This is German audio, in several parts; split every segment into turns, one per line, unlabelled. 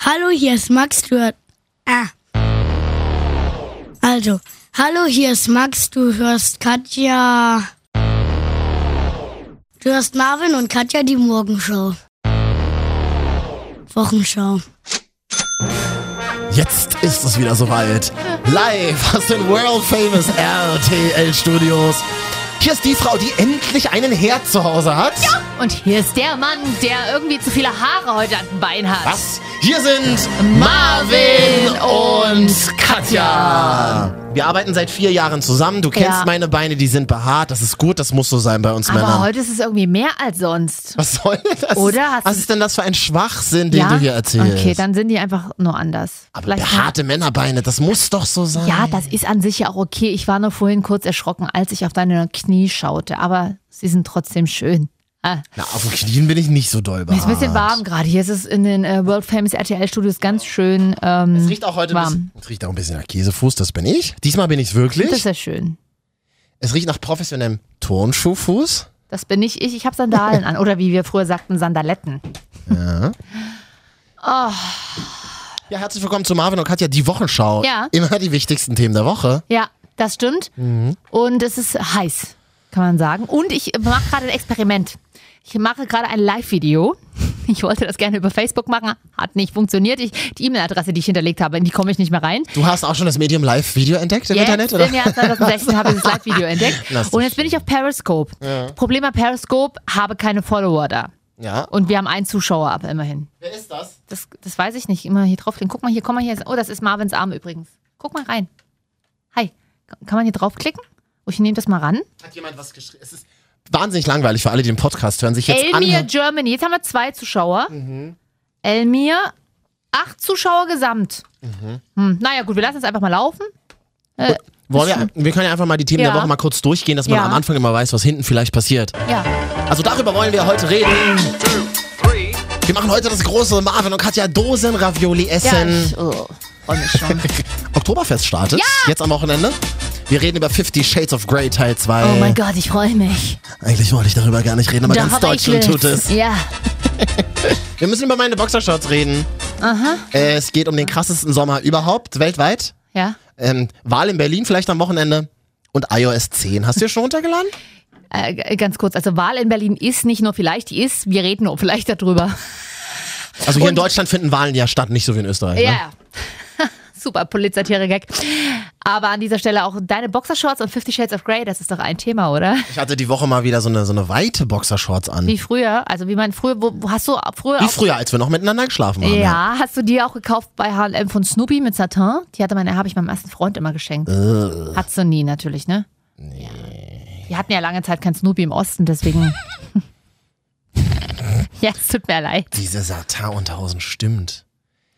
Hallo, hier ist Max, du hörst. Ah. Also, hallo, hier ist Max, du hörst Katja. Du hörst Marvin und Katja die Morgenshow. Wochenschau.
Jetzt ist es wieder soweit. Live aus den World Famous RTL Studios. Hier ist die Frau, die endlich einen Herd zu Hause hat. Ja.
Und hier ist der Mann, der irgendwie zu viele Haare heute an dem Bein hat.
Was? Hier sind Marvin und Katja. Wir arbeiten seit vier Jahren zusammen. Du kennst
Ja.
meine Beine, die sind behaart. Das ist gut, das muss so sein bei uns
Aber
Männern.
heute ist es irgendwie mehr als sonst.
was soll das?
Oder hast
Was
du-
ist denn das für ein Schwachsinn, den
ja?
du hier erzählst?
Okay, dann sind die einfach nur anders.
Aber
Vielleicht-
behaarte Männerbeine, das muss doch so sein.
Ja, das ist an sich ja auch okay. Ich war nur vorhin kurz erschrocken, als ich auf deine Knie schaute. Aber sie sind trotzdem schön. Ah.
Na, auf den Knien bin ich nicht so doll
Mir ist ein bisschen
behaart.
warm gerade. Hier ist es in den äh, World Famous RTL Studios ganz schön. Ähm,
Es riecht auch heute ein
warm.
bisschen- Es riecht auch ein bisschen nach Käsefuß, das bin ich. Diesmal bin ich wirklich.
Das ist ja schön.
es riecht nach professionellem Turnschuhfuß.
Das bin nicht ich. Ich habe Sandalen an. Oder wie wir früher sagten, Sandaletten.
Ja, herzlich willkommen zu Marvin und Katja, die Wochenschau.
Ja.
Immer die wichtigsten Themen der Woche.
Ja, das stimmt.
Mhm.
Und es ist heiß, kann man sagen. Und ich mache gerade ein Experiment. Ich mache gerade ein Live-Video. Ich wollte das gerne über Facebook machen, hat nicht funktioniert. Ich, die E-Mail-Adresse, die ich hinterlegt habe, in die komme ich nicht mehr rein.
Du hast auch schon das Medium Live-Video entdeckt im
Jetzt,
Internet, oder?
Im Jahr 2016 habe ich das Live-Video entdeckt.
Lass dich.
Und jetzt bin ich auf Periscope. Problem bei Periscope, habe keine Follower da.
Ja.
Und wir haben einen Zuschauer ab, immerhin.
Wer ist das?
Das, das weiß ich nicht. Immer hier draufklicken. Guck mal hier, komm mal hier. Oh, das ist Marvins Arm übrigens. Guck mal rein. Hi. Kann man hier draufklicken? Oh, ich nehme das mal ran.
Hat jemand was geschrieben? Es ist wahnsinnig langweilig für alle, die den Podcast hören, sich jetzt
Elmir
anhören. Mhm.
Germany. Jetzt haben wir zwei Zuschauer. Elmir, acht Zuschauer gesamt.
Mhm.
Hm, naja, gut, wir lassen es einfach mal laufen.
Wollen wir, wir können ja einfach mal die Themen
Ja.
der Woche mal kurz durchgehen, dass man
Ja.
am Anfang immer weiß, was hinten vielleicht passiert.
Ja.
Also darüber wollen wir heute reden. Wir machen heute das große Marvin und Katja Dosen-Ravioli-Essen.
Ja, ich oh, freu mich schon.
Oktoberfest startet, jetzt am Wochenende. Wir reden über 50 Shades of Grey Teil 2.
oh mein Gott, ich freue mich.
Eigentlich wollte ich darüber gar nicht reden, aber ganz
hab ich
Deutschland
Lust.
tut es.
Ja.
Wir müssen über meine Boxershorts reden.
Aha.
Es geht um den krassesten Sommer überhaupt, weltweit.
Ja.
Ähm, Wahl in Berlin vielleicht am Wochenende. Und iOS 10. Hast du dir schon runtergeladen?
Äh, g- ganz kurz, also Wahl in Berlin ist nicht nur vielleicht, die ist, wir reden nur vielleicht darüber.
Also hier in
Und-
Deutschland finden Wahlen ja statt, nicht so wie in Österreich.
Ja,
Ne?
ja. Super Polizatire-Gag. Aber an dieser Stelle auch deine Boxershorts und 50 Shades of Grey, das ist doch ein Thema, oder?
Ich hatte die Woche mal wieder so eine, so eine weite Boxershorts an.
Wie
Wie,
früher, also wie man früher, wo, wo hast du früher auch,
früher, als wir noch miteinander geschlafen haben.
Ja, hast du die auch gekauft bei H&M von Snoopy mit Satin? Die hatte meine, habe ich meinem ersten Freund immer geschenkt. Hattest du nie natürlich, ne? Nee. Wir hatten ja lange Zeit kein Snoopy im Osten, deswegen. ja, es tut mir leid.
Diese Satin-Unterhosen, stimmt.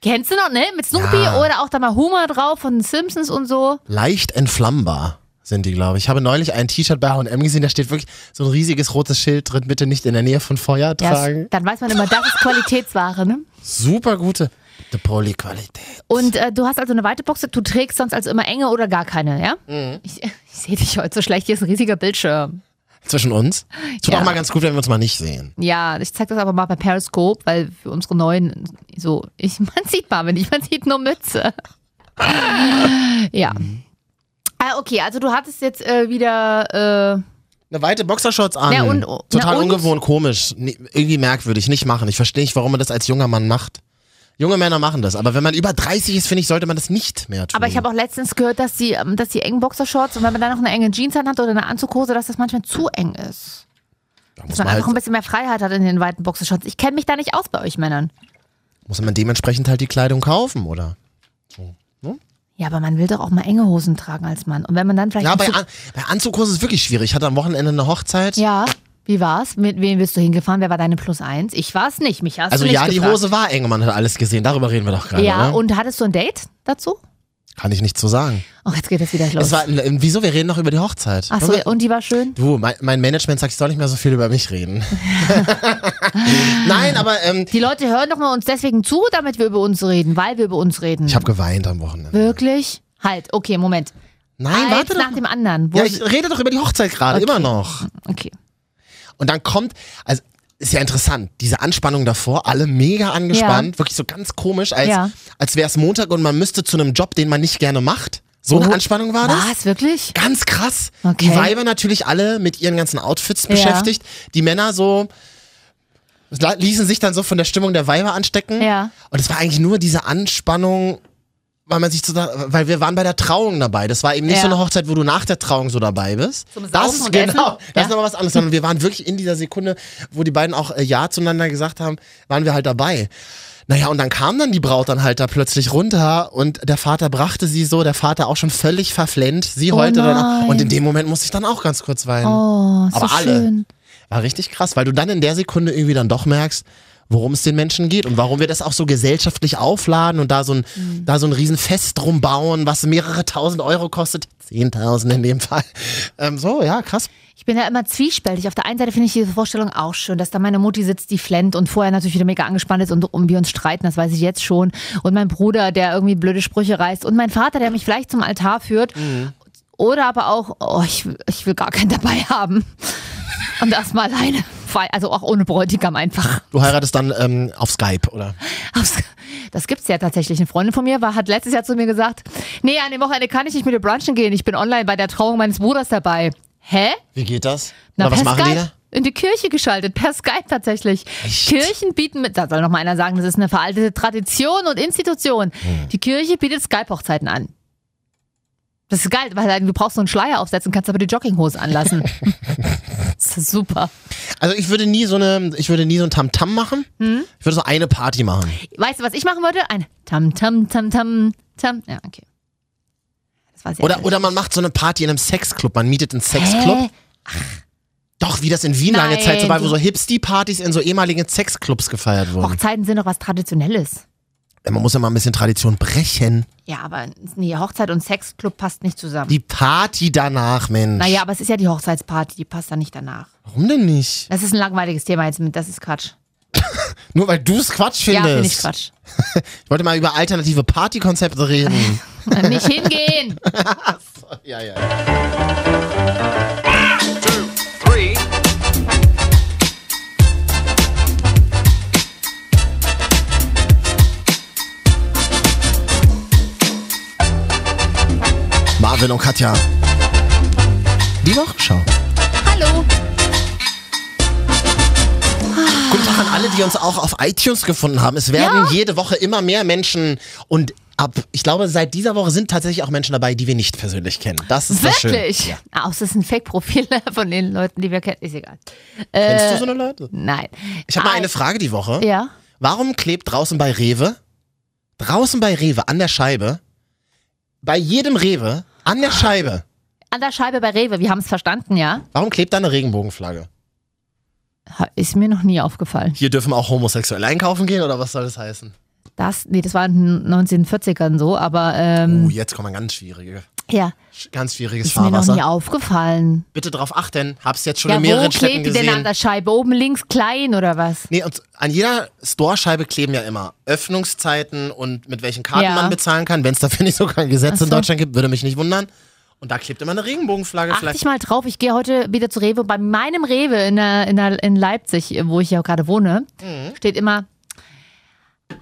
Kennst du noch, ne? Mit Snoopy
Ja.
oder auch da mal Humor drauf von Simpsons und so.
leicht entflammbar sind die, glaube ich. Ich habe neulich ein T-Shirt bei H&M gesehen, da steht wirklich so ein riesiges rotes Schild drin, bitte nicht in der Nähe von Feuer
Ja,
tragen.
dann weiß man immer, das ist Qualitätsware, ne?
Super gute The Poly Qualität.
Und äh, du hast also eine weite Box, du trägst sonst also immer enge oder gar keine, ja?
Mhm.
Ich, ich sehe dich heute so schlecht, hier ist ein riesiger Bildschirm.
Zwischen uns. Tut
Ja.
auch mal ganz gut, wenn wir uns mal nicht sehen.
Ja, ich zeig das aber mal bei Periscope, weil für unsere neuen, so, ich, man sieht Marvin nicht, man sieht nur Mütze. ja.
Mhm.
Ah, okay, also du hattest jetzt äh, wieder, äh,
Eine weite Boxershorts an.
Na und-
Total
na und?
ungewohnt, komisch. Nee, irgendwie merkwürdig, nicht machen. Ich verstehe nicht, warum man das als junger Mann macht. Junge Männer machen das, aber wenn man über 30 ist, finde ich, sollte man das nicht mehr tun.
aber ich habe auch letztens gehört, dass die, ähm, dass die engen Boxershorts und wenn man dann noch eine enge Jeans anhat oder eine Anzughose, dass das manchmal zu eng ist.
da
Dass
muss
man
man,
einfach ein
halt,
bisschen mehr Freiheit hat in den weiten Boxershorts. Ich kenne mich da nicht aus bei euch Männern.
muss man dementsprechend halt die Kleidung kaufen, oder?
Ja, aber man will doch auch mal enge Hosen tragen als Mann. Und wenn man dann vielleicht.
Ja,
nicht
bei,
so-
An bei Anzughosen ist es wirklich schwierig. Ich hatte am Wochenende eine Hochzeit.
ja, wie war's? Mit wem bist du hingefahren? Wer war deine Plus eins? Ich war's nicht. Mich hast
Also
du nicht
ja, die
gefragt.
Hose war eng, man hat alles gesehen. Darüber reden wir doch gerade.
Ja,
oder?
und hattest du ein Date dazu?
kann ich nicht so sagen.
Oh, jetzt geht das wieder los.
Es war, ähm, wieso? Wir reden noch über die Hochzeit.
Ach so, und die war schön?
Du, mein, mein Management sagt, ich soll nicht mehr so viel über mich reden. Nein, aber ähm,
Die Leute hören doch mal uns deswegen zu, damit wir über uns reden, weil wir über uns reden.
ich habe geweint am Wochenende.
Wirklich? Halt, okay, Moment.
Nein,
Eins
warte
nach
doch.
dem anderen. Wo
Ja, ich rede doch über die Hochzeit gerade, immer noch.
okay.
Und dann kommt, also ist ja interessant, diese Anspannung davor, alle mega angespannt, wirklich so ganz komisch, als,
Ja.
als wäre es Montag und man müsste zu einem Job, den man nicht gerne macht. So eine
Oh.
Anspannung war das.
Was, wirklich?
Ganz krass.
Okay.
Die Weiber natürlich alle mit ihren ganzen Outfits beschäftigt. Die Männer so la- ließen sich dann so von der Stimmung der Weiber anstecken.
Ja.
Und es war eigentlich nur diese Anspannung, weil man sich so, da- weil wir waren bei der Trauung dabei. Das war eben nicht
Ja.
so eine Hochzeit, wo du nach der Trauung so dabei bist.
Zum
das
Saufen
ist
und
genau,
Essen?
das
Ja.
ist nochmal was anderes. Sondern wir waren wirklich in dieser Sekunde, wo die beiden auch äh, Ja zueinander gesagt haben, waren wir halt dabei. Naja, und dann kam dann die Braut dann halt da plötzlich runter und der Vater brachte sie so, der Vater auch schon völlig verflennt, sie
Oh
heute dann
nein.
auch. Und in dem Moment musste ich dann auch ganz kurz weinen.
Oh, so
Aber alle.
schön.
War richtig krass, weil du dann in der Sekunde irgendwie dann doch merkst, worum es den Menschen geht und warum wir das auch so gesellschaftlich aufladen und da so ein,
Mhm.
da so ein Riesenfest drum bauen, was mehrere tausend Euro kostet. Zehntausend in dem Fall. Ähm, so, ja, krass.
Ich bin ja immer zwiespältig. Auf der einen Seite finde ich diese Vorstellung auch schön, dass da meine Mutti sitzt, die flennt und vorher natürlich wieder mega angespannt ist und um wir uns streiten, das weiß ich jetzt schon. Und mein Bruder, der irgendwie blöde Sprüche reißt und mein Vater, der mich vielleicht zum Altar führt. Oder aber auch, oh, ich, will- ich will gar keinen dabei haben. Und das mal alleine. Also auch ohne Bräutigam einfach.
Du heiratest dann ähm, auf Skype, oder?
Aufs- Das gibt's ja tatsächlich. Eine Freundin von mir war, hat letztes Jahr zu mir gesagt, nee, an dem Wochenende kann ich nicht mit dir brunchen gehen. Ich bin online bei der Trauung meines Bruders dabei. Hä?
Wie geht das?
Na,
oder was
per
machen die
Skype.
da?
In die Kirche geschaltet, per Skype tatsächlich.
Echt?
Kirchen bieten mit, da soll noch mal einer sagen, das ist eine veraltete Tradition und Institution.
Hm.
Die Kirche bietet Skype-Hochzeiten an. Das ist geil, weil du brauchst so einen Schleier aufsetzen, kannst aber die Jogginghose anlassen. das ist super.
Also ich würde nie so eine, ich würde nie so ein Tamtam machen.
Hm?
Ich würde so eine Party machen.
Weißt du, was ich machen würde? Ein Tam Tam Tam Tam Tam. Ja, okay. Das war sehr
Oder,
schön.
oder man macht so eine Party in einem Sexclub. Man mietet einen Sexclub.
Hä?
Doch, wie das in Wien lange
Nein,
Zeit so war, wo
die-
so Hipsty-Partys in so ehemaligen Sexclubs gefeiert wurden.
Hochzeiten sind doch was Traditionelles.
Man muss ja mal ein bisschen Tradition brechen.
Ja, aber nee, Hochzeit und Sexclub passt nicht zusammen.
Die Party danach, Mensch.
Naja, aber es ist ja die Hochzeitsparty, die passt da nicht danach.
Warum denn nicht?
Das ist ein langweiliges Thema jetzt mit, das ist Quatsch.
Nur weil du es Quatsch
Ja,
findest.
finde ich Quatsch.
Ich wollte mal über alternative Partykonzepte reden.
Äh, nicht hingehen!
ja, ja, ja.
two, three.
Marvin und Katja. Die Wochenschau.
Hallo!
Guten Tag an alle, die uns auch auf iTunes gefunden haben. Es werden jede Woche immer mehr Menschen und ab, ich glaube, seit dieser Woche sind tatsächlich auch Menschen dabei, die wir nicht persönlich kennen. Das ist das Schöne.
Wirklich! Ah, Außer es sind Fake-Profile von den Leuten, die wir kennen. Ist egal.
Kennst du so eine Leute?
Nein.
Ich habe mal
Äh, Ah,
eine Frage die Woche.
Ja.
Warum klebt draußen bei Rewe, draußen bei Rewe an der Scheibe, bei jedem Rewe an der Scheibe,
An der Scheibe bei Rewe, wir haben es verstanden, ja?
warum klebt da eine Regenbogenflagge?
Ha- Ist mir noch nie aufgefallen.
Hier dürfen auch Homosexuelle einkaufen gehen oder was soll das heißen?
Das, nee, das war in den 1940ern so, aber
Oh,
ähm,
jetzt kommt ein ganz schwierige,
ja,
sch- ganz schwieriges
ist mir noch nie
Fahrwasser.
aufgefallen.
Bitte drauf achten, hab's jetzt schon
Ja,
in
wo
mehreren Städten
klebt die
gesehen.
denn an der Scheibe? Oben links klein oder was?
Nee, und an jeder Store-Scheibe kleben ja immer Öffnungszeiten und mit welchen Karten
Ja.
man bezahlen kann. Wenn es dafür nicht sogar ein Gesetz
Ach
in
so.
Deutschland gibt, würde mich nicht wundern. Und da klebt immer eine Regenbogenflagge
Achte
vielleicht.
ich mal drauf, ich gehe heute wieder zu Rewe. Bei meinem Rewe in, der, in, der, in Leipzig, wo ich ja gerade wohne,
Mhm.
steht immer: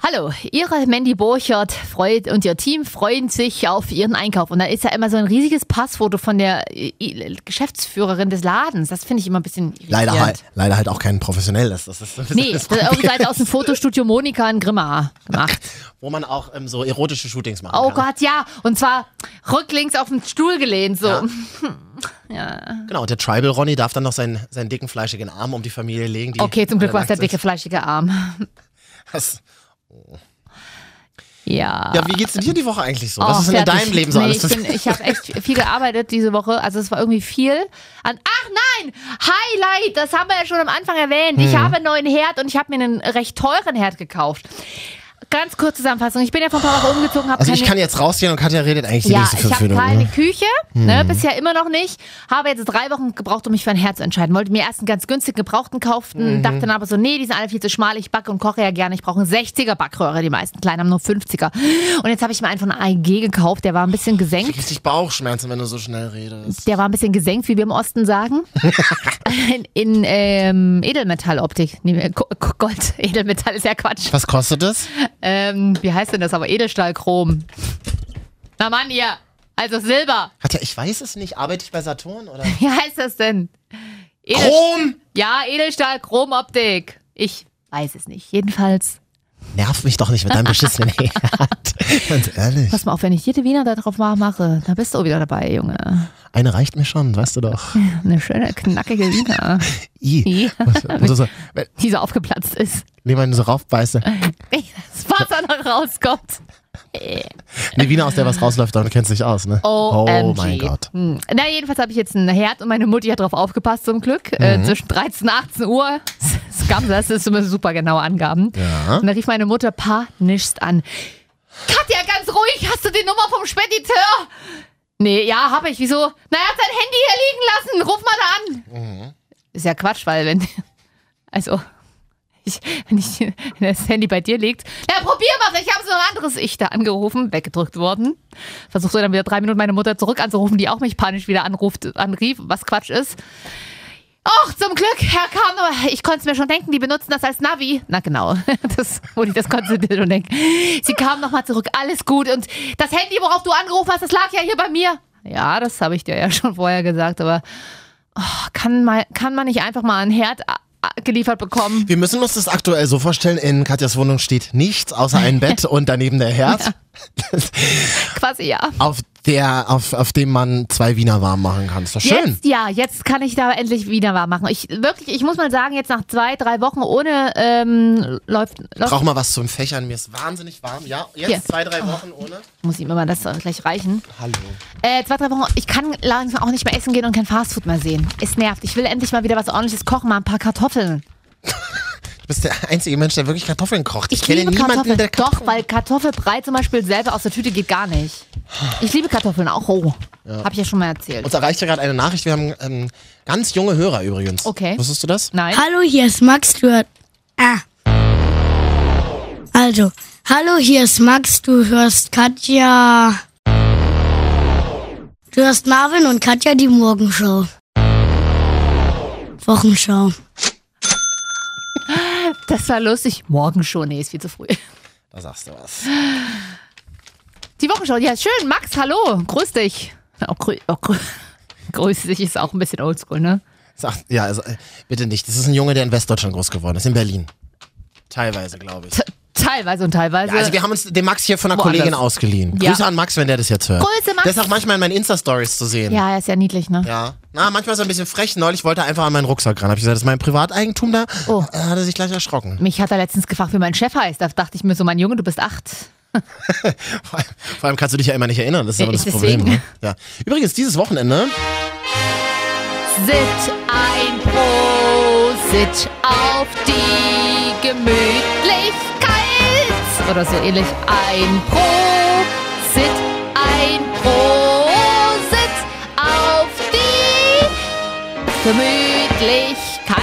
Hallo, Ihre Mandy Borchert freut und Ihr Team freuen sich auf Ihren Einkauf. Und da ist ja immer so ein riesiges Passfoto von der äh, äh, Geschäftsführerin des Ladens. Das finde ich immer ein bisschen.
Leider
irritierend.
halt, leider halt auch kein professionelles. Das ist, das ist
Nee,
das
das hat
Problem,
irgendeine aus dem Fotostudio Monika in Grimma gemacht.
wo man auch ähm, so erotische Shootings machen
Oh
kann.
Gott, ja. Und zwar rücklings auf den Stuhl gelehnt, so.
Ja. Genau, und der Tribal Ronny darf dann noch seinen, seinen dicken, fleischigen Arm um die Familie legen. Die
Okay, zum Glück
alle
war es der
nackt
dicke,
sind.
fleischige Arm.
Das-
Ja.
Ja, wie geht's denn dir die Woche eigentlich so?
Oh,
Was ist denn in
fertig.
deinem Leben so
nee,
alles?
Ich, bin- ich habe echt viel gearbeitet diese Woche. Also es war irgendwie viel. An Ach nein! Highlight! Das
Hm.
haben wir ja schon am Anfang erwähnt. Ich habe einen neuen Herd und ich habe mir einen recht teuren Herd gekauft. Ganz kurze Zusammenfassung. Ich bin ja vor ein paar Wochen umgezogen, habe
Also ich
keine,
kann jetzt rausgehen und Katja redet eigentlich die
ja,
nächsten
ich
fünf
habe
Minuten.
keine
Ne?
Küche, ne, bisher immer noch nicht. Habe jetzt drei Wochen gebraucht, um mich für ein Herz zu entscheiden. Wollte mir erst einen ganz günstigen Gebrauchten kaufen,
Mhm.
dachte dann aber so, nee, die sind alle viel zu schmal, ich backe und koche ja gerne. Ich brauche einen 60er Backröhre, die meisten kleinen haben nur 50er. Und jetzt habe ich mir einen von AEG gekauft, der war ein bisschen gesenkt.
Richtig Bauchschmerzen, wenn du so schnell redest.
Der war ein bisschen gesenkt, wie wir im Osten sagen. In, in ähm, Edelmetalloptik. Nee, äh, Go- Go- Gold, Edelmetall ist ja Quatsch.
Was kostet das?
Ähm, wie heißt denn das aber? Edelstahlchrom. Na Mann, ihr. Also Silber.
Katja, ich weiß es nicht. Arbeite ich bei Saturn oder?
Wie heißt das denn? Edel
Chrom!
Ja, Edelstahl-Chromoptik. Ich weiß es nicht. Jedenfalls,
Nerv mich doch nicht mit deinem beschissenen Herd. Ganz ehrlich.
pass mal auf, wenn ich jede Wiener da drauf ma- mache, da bist du wieder dabei, Junge.
Eine reicht mir schon, weißt du doch.
Eine schöne, knackige Wiener,
I.
die,
Und so, so, wenn
die so aufgeplatzt ist.
jemand so raufbeißt,
Das Wasser noch rauskommt.
eine Wiener, aus der was rausläuft, dann kennst du dich aus, ne?
OMG.
Oh mein Gott.
Hm. Na, jedenfalls habe ich jetzt einen Herd und meine Mutti hat drauf aufgepasst, zum Glück.
Mhm.
Äh, zwischen 13 und 18 Uhr. Das gab- Das ist immer super genaue Angaben.
Ja.
Und da rief meine Mutter panischst an. Katja, ganz ruhig, hast du die Nummer vom Spediteur? Nee, ja, habe ich. Wieso? Na, er hat sein Handy hier liegen lassen. Ruf mal da an. Ist ja Quatsch, weil wenn... Also, ich, wenn ich wenn das Handy bei dir liegt. Na, probier mal, ich habe so ein anderes Ich da angerufen, weggedrückt worden. Versuchte dann wieder drei Minuten meine Mutter zurück anzurufen, die auch mich panisch wieder anruft, anrief, was Quatsch ist. Och, zum Glück, Herr Karnow, ich konnte es mir schon denken, die benutzen das als Navi. Na genau, das, wo ich das konnte ich mir schon denken. Sie kam nochmal zurück, alles gut und das Handy, worauf du angerufen hast, das lag ja hier bei mir. Ja, das habe ich dir ja schon vorher gesagt, aber oh, kann, mal, kann man nicht einfach mal einen Herd ah, ah, geliefert bekommen?
Wir müssen uns das aktuell so vorstellen, in Katjas Wohnung steht nichts außer ein Bett und daneben der Herd,
Quasi ja.
auf, der, auf, auf dem man zwei Wiener warm machen kann. Ist doch schön.
Jetzt, ja, jetzt kann ich da endlich wieder warm machen. Ich wirklich, ich muss mal sagen, jetzt nach zwei, drei Wochen ohne ähm, läuft,
Ich
läuft
brauche mal was zum Fächern. Mir ist wahnsinnig warm. Ja, jetzt
Hier.
zwei, drei Wochen ohne.
muss ihm immer das gleich reichen.
Hallo.
Äh, zwei, drei Wochen. Ich kann langsam auch nicht mehr essen gehen und kein Fastfood mehr sehen. Es nervt. Ich will endlich mal wieder was ordentliches kochen, mal ein paar Kartoffeln.
Du bist der einzige Mensch, der wirklich Kartoffeln kocht. Ich,
Ich
kenne
liebe
niemanden,
Kartoffeln.
der
Doch, weil Kartoffelbrei zum Beispiel selber aus der Tüte geht gar nicht. Ich liebe Kartoffeln auch roh. Hab ich ja schon mal erzählt.
Uns erreichte gerade eine Nachricht. Wir haben ähm, ganz junge Hörer übrigens.
Okay.
Wusstest du das?
Nein.
Hallo, hier ist Max, du hörst... Ah. Also, hallo, hier ist Max, du hörst Katja... Du hörst Marvin und Katja die Morgenshow. Wochenschau.
Das war lustig. Morgen schon. Nee, ist viel zu früh.
Da sagst du was.
Die Woche schon. Ja, schön. Max, hallo. Grüß dich. Oh, grü oh, grü grüß dich ist auch ein bisschen oldschool, ne?
Sag, ja, also, äh, bitte nicht. Das ist ein Junge, der in Westdeutschland groß geworden ist, in Berlin. Teilweise, glaube ich.
T teilweise und teilweise.
Ja, also wir haben uns den Max hier von einer
Woanders.
Kollegin ausgeliehen.
Ja.
Grüße an Max, wenn der das jetzt hört.
Grüße, Max.
Der ist auch manchmal in meinen Insta-Stories zu sehen.
ja, er ist ja niedlich, ne?
Ja. Na, manchmal so ein bisschen frech. Neulich wollte er einfach an meinen Rucksack ran. Hab ich gesagt, das ist mein Privateigentum da.
Oh.
Äh, Hat er sich gleich erschrocken.
Mich hat er letztens gefragt, wie mein Chef heißt. Da dachte ich mir so, mein Junge, du bist acht.
Vor allem, vor allem kannst du dich ja immer nicht erinnern. Das ist aber
Ich-
das Problem.
deswegen.
Ne? Ja. Übrigens, dieses Wochenende.
Sit ein Prosit auf die Gemütlichkeit. Oder so ähnlich. Ein Prosit, ein Prosit auf die Gemütlichkeit.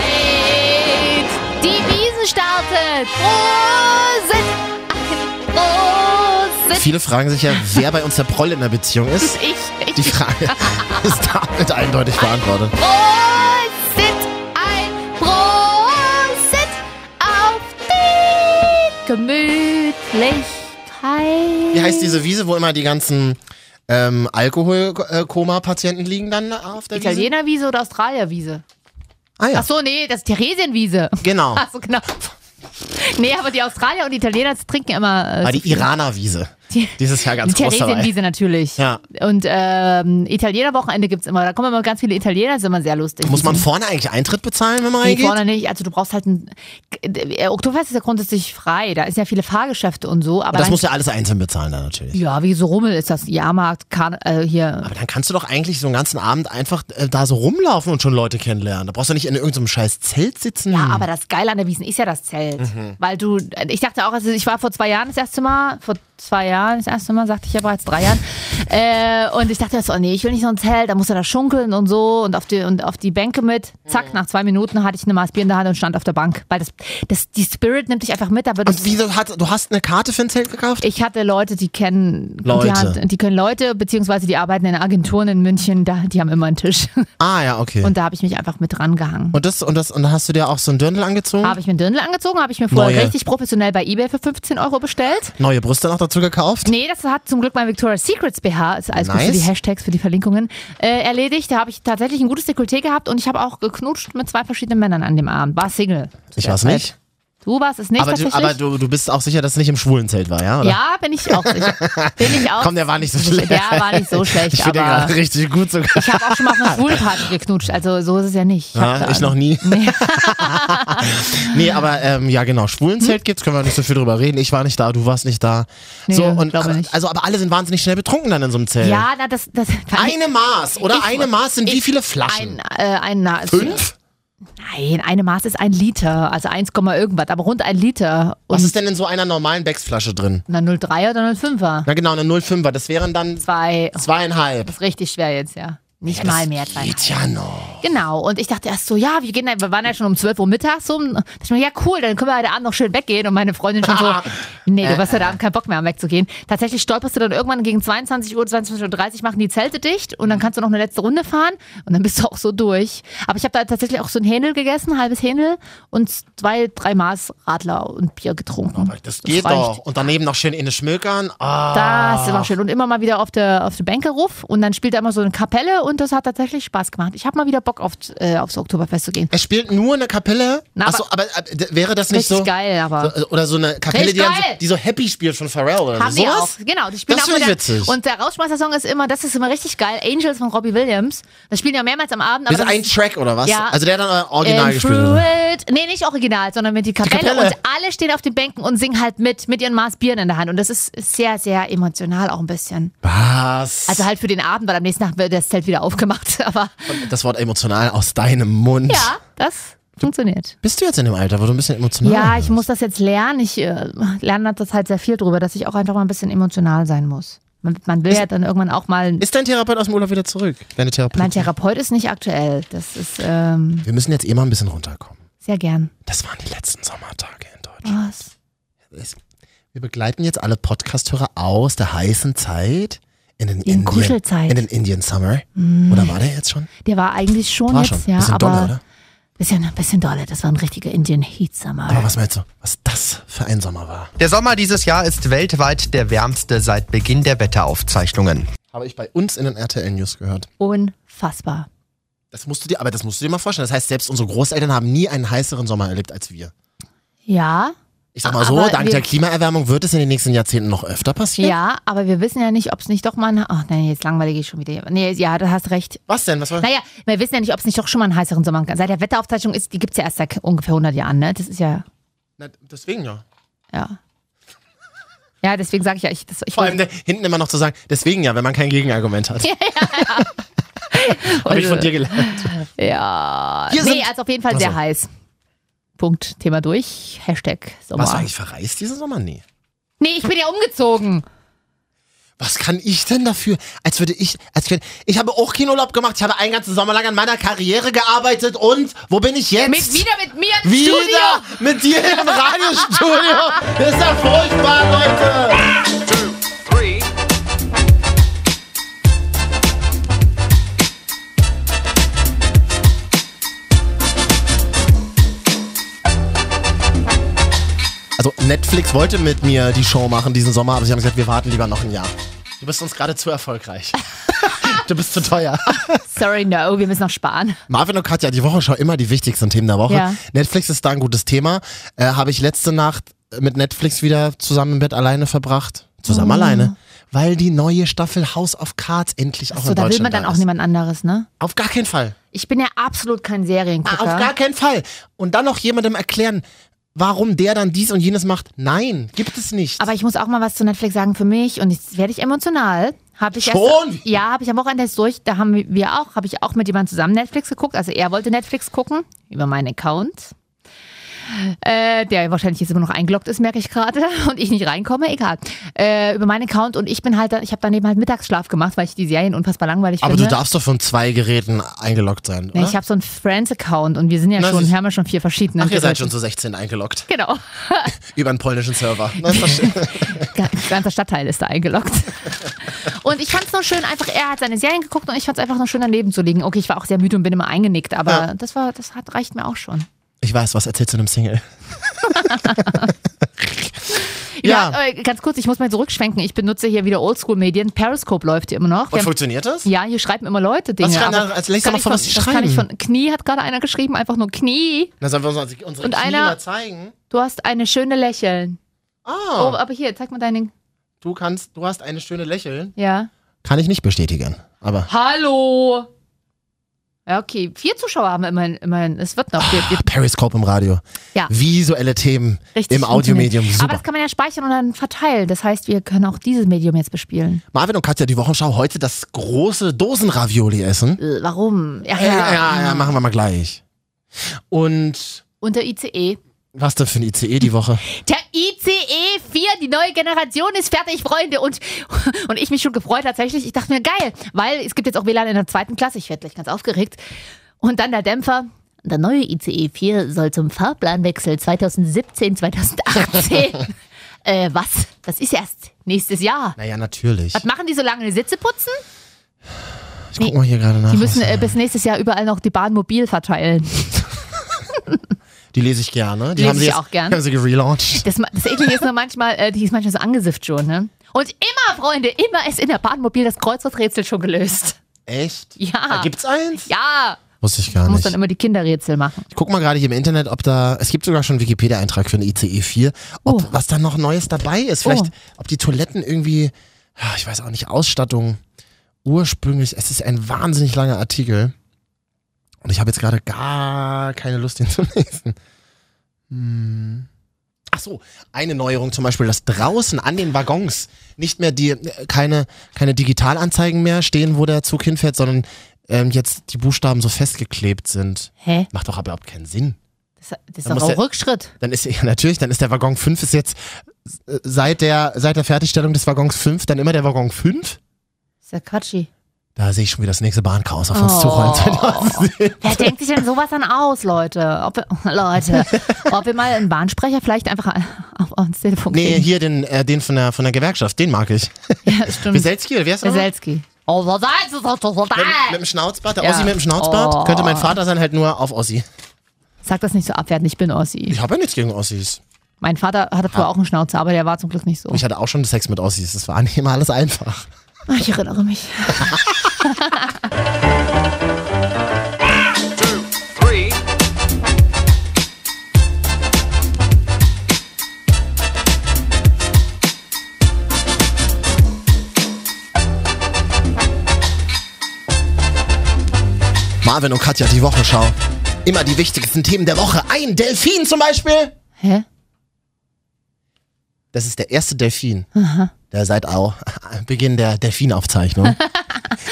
Die Wiesen startet. Prosit, ein Prosit.
Viele fragen sich ja, wer bei uns der Proll in der Beziehung ist.
Ich, ich,
Die Frage ist damit eindeutig beantwortet.
Prosit, ein Prosit auf die Gemütlichkeit.
Wie heißt diese Wiese, wo immer die ganzen ähm, Alkoholkoma-Patienten liegen dann auf der Wiese?
Italienerwiese oder Australierwiese?
Ah ja,
Ach so, nee, das ist Theresienwiese.
genau.
Ach so, genau. Nee, aber die Australier und die Italiener trinken immer. Äh,
War
so
Ah, die
viel.
Iraner-Wiese.
Die-
Dieses Jahr ganz
Die
groß dabei.
Theresienwiese natürlich.
Ja.
Und ähm, Italiener-Wochenende gibt es immer. Da kommen immer ganz viele Italiener, das ist immer sehr lustig.
Muss man
Die sind-
vorne eigentlich Eintritt bezahlen, wenn man
Nee,
reingeht?
vorne nicht. Also du brauchst halt ein. äh, Oktoberfest ist ja grundsätzlich frei. Da ist ja viele Fahrgeschäfte und so. Aber
Das
dann-
musst du ja alles einzeln bezahlen dann natürlich.
Ja, wie so Rummel ist das. Jahrmarkt, Karne, äh, hier.
Aber dann kannst du doch eigentlich so einen ganzen Abend einfach äh, da so rumlaufen und schon Leute kennenlernen. Da brauchst du nicht in irgendeinem scheiß Zelt sitzen.
Ja, aber das Geile an der Wiesen ist ja das Zelt.
Mhm.
Weil du, ich dachte auch, also ich war vor zwei Jahren das erste Mal, vor zwei Jahren das erste Mal, sagte ich ja bereits drei Jahren. äh, und ich dachte, erst, oh nee, ich will nicht so ein Zelt, da muss er da schunkeln und so und auf die, und auf die Bänke mit. Zack,
Mhm.
nach zwei Minuten hatte ich eine Maß Bier in der Hand und stand auf der Bank. Weil das, das, die Spirit nimmt dich einfach mit, da wird es-
Und wieso hat, du hast eine Karte für ein Zelt gekauft?
ich hatte Leute, die kennen
Leute.
Die, haben, die können Leute, beziehungsweise die arbeiten in Agenturen in München, da, die haben immer einen Tisch.
Ah ja, okay. Und,
Und da habe ich mich einfach mit rangehangen.
das und das und dann hast du dir auch so ein Dirndl angezogen?
Habe ich mir einen Dirndl angezogen, habe ich mir vorher
Neue.
richtig professionell bei Ebay für 15 Euro bestellt.
Neue Brüste noch dazu gekauft?
Nee, das hat zum Glück mein Victoria's Secrets BH, ist alles gut
Nice.
für die Hashtags, für die Verlinkungen, äh, erledigt. Da habe ich tatsächlich ein gutes Dekolleté gehabt und ich habe auch geknutscht mit zwei verschiedenen Männern an dem Abend. War Single. zu
Ich
der
weiß
Zeit.
nicht.
Du warst es nicht
Aber, du,
tatsächlich?
aber du, du bist auch sicher, dass es nicht im Schwulenzelt war, ja? Oder?
ja, bin ich auch sicher. Bin ich auch.
Komm, der war nicht so schlecht.
Der war nicht so schlecht,
Ich finde den
aber-
gerade richtig gut sogar.
Ich habe auch schon mal auf einer Schwulenparty geknutscht, also so ist es ja nicht. Ich,
Ja,
hab da- also
ich noch nie. nee, aber ähm, ja genau, Schwulenzelt gibt's, können wir nicht so viel drüber reden. Ich war nicht da, du warst nicht da.
Hm? Nee,
so, und,
glaube
aber,
nicht.
Also, aber alle sind wahnsinnig schnell betrunken dann in so einem Zelt.
Ja, na, das, das
Eine Maß, oder?
Ich-
eine Maß sind wie
ich-
viele Flaschen?
ein, äh, ein na,
Fünf?
Nein, eine Maß ist ein Liter, also 1, Komma irgendwas, aber rund ein Liter. Und
Was ist denn in so einer normalen Becksflasche drin?
na 03er oder 05er?
Na genau, eine 05er, das wären dann
Zwei. Das
zweieinhalb.
ist richtig schwer jetzt, ja. Nicht
Ja,
mal
das
mehr zwei.
Geht ja noch.
Genau. Und ich dachte erst so, ja, wir gehen, da- wir waren ja schon um 12 Uhr mittags so. Dachte ich mir, ja, cool, dann können wir heute Abend noch schön weggehen. Und meine Freundin schon so, nee,
Äh.
du wirst heute Abend keinen Bock mehr haben wegzugehen. Tatsächlich stolperst du dann irgendwann gegen 22 Uhr, 22.30 Uhr machen die Zelte dicht und dann kannst du noch eine letzte Runde fahren und dann bist du auch so durch. Aber ich habe da tatsächlich auch so ein Hähnel gegessen, halbes Hähnel und zwei, drei Maß Radler und Bier getrunken.
Aber Oh, das geht
reicht.
doch. Und daneben noch schön in den Schmökern. Ah.
Das war schön. Und immer mal wieder auf der, auf der Bänke ruf und dann spielt er immer so eine Kapelle und das hat tatsächlich Spaß gemacht. Ich habe mal wieder Bock auf, äh, aufs Oktoberfest zu gehen.
Es spielt nur eine Kapelle?
Na,
Achso, aber, äh, d- wäre das nicht
Richtig
so?
geil, aber.
so- äh, Oder so eine Kapelle,
Richtig
die, dann so,
geil.
die so Happy spielt von Pharrell oder
Haben
so.
die auch.
Sowas?
Genau, die spielen
Das
auch
find ich
wieder.
witzig.
Und der Rauschmeister-Song ist immer, das ist immer richtig geil. Angels von Robbie Williams. Das spielen ja mehrmals am Abend. Aber
Das ist ein Track oder was?
Ja. Ähm,
Also der hat dann äh, original
And
gespielt.
through
oder?
it. Nee, nicht original, sondern mit die Kapelle.
Kapelle.
Und alle stehen auf den Bänken und singen halt mit, mit ihren Maß Bieren in der Hand. Und das ist sehr, sehr emotional auch ein bisschen.
Was?
Also halt für den Abend, weil am nächsten Tag wird das Zelt wieder aufgemacht. Aber
das Wort emotional aus deinem Mund.
ja, das funktioniert.
Bist du jetzt in dem Alter, wo du ein bisschen emotional
Ja, ich
bist?
muss das jetzt lernen. Ich äh, lerne das halt sehr viel drüber, dass ich auch einfach mal ein bisschen emotional sein muss. Man, man will ja dann irgendwann auch mal
Ist dein Therapeut aus dem Urlaub wieder zurück? Deine Therapeutin?
Mein Therapeut ist nicht aktuell. Das ist ähm,
Wir müssen jetzt eh mal ein bisschen runterkommen.
sehr gern.
Das waren die letzten Sommertage in Deutschland.
Was?
Es- Wir begleiten jetzt alle Podcasthörer aus der heißen Zeit in den
In
Indian,
Kuschelzeit.
In den Indian Summer. Oder war der jetzt schon?
Der war eigentlich schon
War schon.
jetzt, ja,
bisschen ne?
aber
doller, oder?
bisschen ein bisschen dolle. Das war ein richtiger Indian Heat Summer.
Aber was meinst du, was das für ein Sommer war?
Der Sommer dieses Jahr ist weltweit der wärmste seit Beginn der Wetteraufzeichnungen.
Habe ich bei uns in den RTL News gehört.
Unfassbar.
Das musst du dir, aber das musst du dir mal vorstellen. Das heißt, selbst unsere Großeltern haben nie einen heißeren Sommer erlebt als wir.
Ja,
Ich sag mal so,
Aber
dank
wir-
der Klimaerwärmung wird es in den nächsten Jahrzehnten noch öfter passieren.
ja, aber wir wissen ja nicht, ob es nicht doch mal ein. Ach nein, jetzt langweilig ich schon wieder. Nee, ja, du hast recht.
Was denn? Was war?
Naja, wir wissen ja nicht, ob es nicht doch schon mal einen heißeren Sommer gab. Seit der Wetteraufzeichnung ist, die gibt es ja erst seit ungefähr 100 Jahren, ne? Das ist ja.
Na, deswegen ja.
Ja, ja deswegen sage ich ja, ich. Das, ich
Vor allem ne, hinten immer noch zu sagen, deswegen ja, wenn man kein Gegenargument hat. Habe ich von dir gelernt.
Ja.
Hier
nee,
sind-
also auf jeden Fall
Ach
sehr
so.
heiß. Punkt. Thema durch. Hashtag Sommer.
Warst du eigentlich verreist diesen Sommer? Nee.
nee, ich bin ja umgezogen.
Was kann ich denn dafür? Als würde ich, als wenn, ich habe auch keinen Urlaub gemacht, ich habe einen ganzen Sommer lang an meiner Karriere gearbeitet und wo bin ich jetzt?
Mit, wieder mit mir im
Wieder
Studio.
mit dir im Radiostudio. Das ist ja furchtbar, Leute. Also Netflix wollte mit mir die Show machen diesen Sommer, aber sie haben gesagt, wir warten lieber noch ein Jahr. Du bist uns gerade zu erfolgreich. du bist zu teuer.
Sorry, no, wir müssen noch sparen.
Marvin und Katja, die Woche schon immer die wichtigsten Themen der Woche.
Ja.
Netflix ist da ein gutes Thema. Äh, Habe ich letzte Nacht mit Netflix wieder zusammen im Bett alleine verbracht. Zusammen
Oh.
alleine. Weil die neue Staffel House of Cards endlich auch
So,
in
da
Deutschland
will man dann
da
auch
ist.
niemand anderes, ne?
Auf gar keinen Fall.
Ich bin ja absolut kein
Ah,
Seriengucker.
Auf gar keinen Fall. Und dann noch jemandem erklären, warum der dann dies und jenes macht. Nein, gibt es nicht.
Aber ich muss auch mal was zu Netflix sagen für mich und jetzt werde ich emotional. Hab ich
Schon?
Erst, ja, habe ich am Wochenende jetzt durch. Da haben wir auch, habe ich auch mit jemandem zusammen Netflix geguckt. Also er wollte Netflix gucken über meinen Account. äh, der wahrscheinlich jetzt immer noch eingeloggt ist, merke ich gerade, und ich nicht reinkomme, egal. Äh, über meinen Account und ich bin halt, da- ich habe daneben halt Mittagsschlaf gemacht, weil ich die Serien unfassbar langweilig
Aber du
finde.
darfst doch von zwei Geräten eingeloggt sein, oder?
Nee, ich habe so einen Friends-Account und wir sind ja
Na,
schon,
siehst-
haben ja schon vier verschiedene.
Ach, ihr seid schon zu 16 eingeloggt.
Genau.
Über einen polnischen Server. Na, verstehe.
Ga- ganzer Stadtteil ist da eingeloggt. Und ich fand es noch schön, einfach, er hat seine Serien geguckt und ich fand es einfach noch schön daneben zu liegen. Okay, ich war auch sehr müde und bin immer eingenickt, aber
Ja.
das war, das hat, reicht mir auch schon.
ich weiß, was erzählst du einem Single?
Ja,
Ja.
äh, ganz kurz, ich muss mal zurückschwenken. Ich benutze hier wieder Oldschool-Medien. Periscope läuft hier immer noch.
Und
Wir haben-
funktioniert das?
ja, hier schreiben immer Leute Dinge.
schreiben
aber
da also als nächstes
kann
mal
ich
vor,
von-
was die
das kann ich
schreiben.
von Knie hat gerade einer geschrieben, einfach nur Knie.
Na, sollen wir uns unsere- unsere
Und
Knie
einer-
mal zeigen?
Du hast eine schöne Lächeln. Oh,
Ah,
aber hier, zeig mal deinen.
du kannst, du hast eine schöne Lächeln.
Ja.
Kann ich nicht bestätigen, aber.
Hallo! Ja, okay. Vier Zuschauer haben wir immerhin, immerhin. Es wird noch. Wir, wir
Periscope im Radio.
Ja.
Visuelle Themen
Richtig
im Audiomedium.
funktioniert.
Super.
Aber das kann man ja speichern und dann verteilen. Das heißt, wir können auch dieses Medium jetzt bespielen.
Marvin und Katja, die Wochenschau heute das große Dosenravioli essen.
Äh, warum? Ja,
Ja, ja, ja, machen wir mal gleich. Und
Und der ICE.
was denn für ein ICE die Woche?
Der ICE 4, die neue Generation ist fertig, Freunde. Und, und ich mich schon gefreut tatsächlich. Ich dachte mir, geil, weil es gibt jetzt auch WLAN in der zweiten Klasse. Ich werde gleich ganz aufgeregt. Und dann der Dämpfer. Der neue ICE 4 soll zum Fahrplanwechsel 2017, 2018. äh, was? Das ist erst nächstes Jahr.
Naja, natürlich.
Was machen die so lange? Sitze putzen?
Ich guck mal hier gerade nach.
Die müssen
was-
äh, bis nächstes Jahr überall noch die Bahn mobil verteilen.
die lese ich gerne. Die
Lese
haben sie
ich
jetzt,
auch gern.
Haben sie gerelauncht.
Das, ma- das Eklige ist nur manchmal, äh, die ist manchmal so angesifft schon, ne? Und immer, Freunde, immer ist in der Bahn mobil das Kreuzworträtsel schon gelöst.
Echt?
Ja.
Da gibt's eins?
Ja,
Wusste ich gar
man muss
nicht.
dann immer die Kinderrätsel machen.
Ich guck mal gerade hier im Internet, ob da, es gibt sogar schon einen Wikipedia-Eintrag für den ICE 4, ob
Oh.
was da noch Neues dabei ist. Vielleicht,
Oh.
ob die Toiletten irgendwie, ah, ich weiß auch nicht, Ausstattung ursprünglich, es ist ein wahnsinnig langer Artikel. Und ich habe jetzt gerade gar keine Lust, den zu lesen. Hm. Ach so, eine Neuerung zum Beispiel, dass draußen an den Waggons nicht mehr die, keine, keine Digitalanzeigen mehr stehen, wo der Zug hinfährt, sondern ähm, jetzt die Buchstaben so festgeklebt sind.
Hä?
Macht doch überhaupt keinen Sinn.
Das, das ist
Dann
doch
muss
auch
der-
Rückschritt.
Dann ist ja natürlich, dann ist der Waggon 5 ist jetzt äh, seit der, seit der Fertigstellung des Waggons 5 dann immer der Waggon 5.
Das ist ja quatschig.
Da sehe ich schon wieder das nächste Bahnchaos auf uns
Oh.
zurollen.
Wer denkt sich denn sowas dann aus, Leute? Ob wir, oh, Leute, ob wir mal einen Bahnsprecher vielleicht einfach auf uns Telefon
Nee,
kriegen.
hier den, äh, den von der, von der Gewerkschaft, den mag ich.
Ja, stimmt.
Weselski, oder wer ist das? Mit,
Weselski. Oh, so da ist es doch so da.
mit dem Schnauzbart, der
Ah! Ja.
Ossi mit dem Schnauzbart.
Oh.
Könnte mein Vater sein, halt nur auf Ossi.
Sag das nicht so abwertend, ich bin Ossi.
Ich habe ja nichts gegen Ossis.
Mein Vater hatte früher auch einen Schnauzer, aber der war zum Glück nicht so.
Ich hatte auch schon Sex mit Ossis. Das war nicht immer alles einfach.
Ach, Ah, ich erinnere mich.
Three.
Marvin und Katja, die Wochenschau. Immer die wichtigsten Themen der Woche. Ein Delfin zum Beispiel.
Hä?
Das ist der erste Delfin, der seit auch Beginn der Delfinaufzeichnung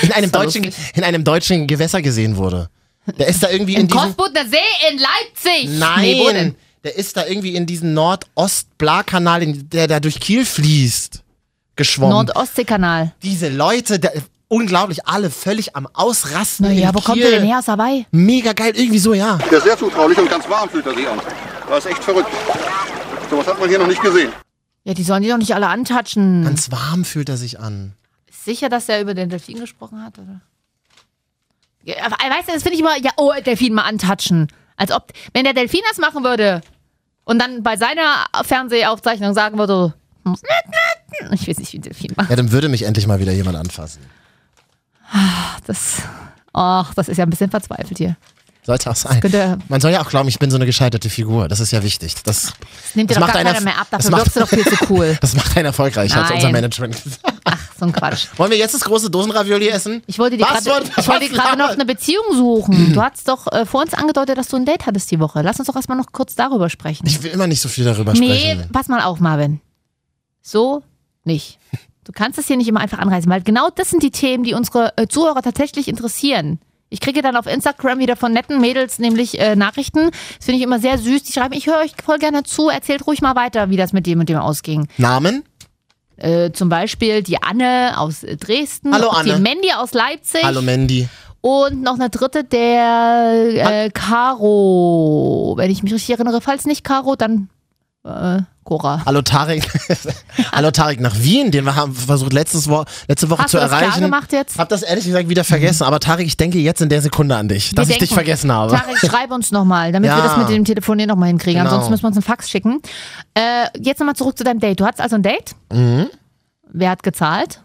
in einem
war
deutschen
lustig.
in einem deutschen Gewässer gesehen wurde. Der ist da irgendwie in
Im
diesen
Kochbutner See in Leipzig. Nee, wo
Nein,
denn?
der ist da irgendwie in diesen Nordost-Bla-Kanal, in- der da durch Kiel fließt, geschwommen.
Nordostseekanal.
Diese Leute, der, unglaublich, alle völlig am Ausrasten.
Naja,
in
wo
Kiel.
kommt der denn her? Aus Hawaii?
Mega geil, irgendwie so, ja.
Der ist sehr zutraulich und ganz warm fühlt er sich an. Das ist echt verrückt. Sowas hat man hier noch nicht gesehen.
Ja, die sollen die doch nicht alle antatschen.
Ganz warm fühlt er sich an.
Ist sicher, dass der über den Delfin gesprochen hat, oder? Ja, aber, äh, weißt du, das finde ich immer, ja, oh, Delfin mal antatschen. Als ob, wenn der Delfin das machen würde und dann bei seiner Fernsehaufzeichnung sagen würde, "Hm, ich weiß nicht, wie ein Delfin macht.
Ja, dann würde mich endlich mal wieder jemand anfassen.
Das, ach, das ist ja ein bisschen verzweifelt hier.
Sollte auch sein.
könnte-
Man soll ja auch glauben, ich bin so eine gescheiterte Figur. Das ist ja wichtig. Das,
Das nimmt dir
Das
doch
macht
gar
einer-
keiner mehr ab,
das
dafür
macht-
wirkst du doch viel zu cool.
das macht einen erfolgreich, hat
Nein.
unser Management gesagt.
Ach, so ein Quatsch.
Wollen wir jetzt das große Dosenravioli essen?
Ich wollte dir
Was
gerade
wollt-
ich wollte dir
was
gerade noch
labert?
eine Beziehung suchen. Du hast doch äh, vor uns angedeutet, dass du ein Date hattest die Woche. Lass uns doch erstmal noch kurz darüber sprechen.
Ich will immer nicht so viel darüber
nee,
sprechen.
pass mal auf, Marvin. So nicht. Du kannst das hier nicht immer einfach anreißen, weil genau das sind die Themen, die unsere äh, Zuhörer tatsächlich interessieren. Ich kriege dann auf Instagram wieder von netten Mädels nämlich äh, Nachrichten. Das finde ich immer sehr süß. Die schreiben, ich höre euch voll gerne zu, erzählt ruhig mal weiter, wie das mit dem und dem ausging.
Namen?
Äh, zum Beispiel die Anne aus äh, Dresden,
Hallo,
die
Anne.
Mandy aus Leipzig
Hallo Mandy.
und noch eine dritte, der äh, Caro, wenn ich mich richtig erinnere. Falls nicht Caro, dann äh, Cora.
Hallo Tarek. Hallo Tarek nach Wien, den wir haben versucht letztes Wo letzte Woche
Hast
zu
du das klar
erreichen.
gemacht jetzt? Mhm.
Hab das ehrlich gesagt wieder vergessen, aber Tarek, ich denke jetzt in der Sekunde an dich, dass ich dich
denken.
vergessen habe.
Tarek, schreib uns nochmal, damit wir
Ja.
das mit dem Telefonieren nochmal hinkriegen.
Genau.
Ansonsten müssen wir uns einen Fax schicken. Äh, jetzt nochmal zurück zu deinem Date. Du hattest also ein Date.
Mhm.
Wer hat gezahlt?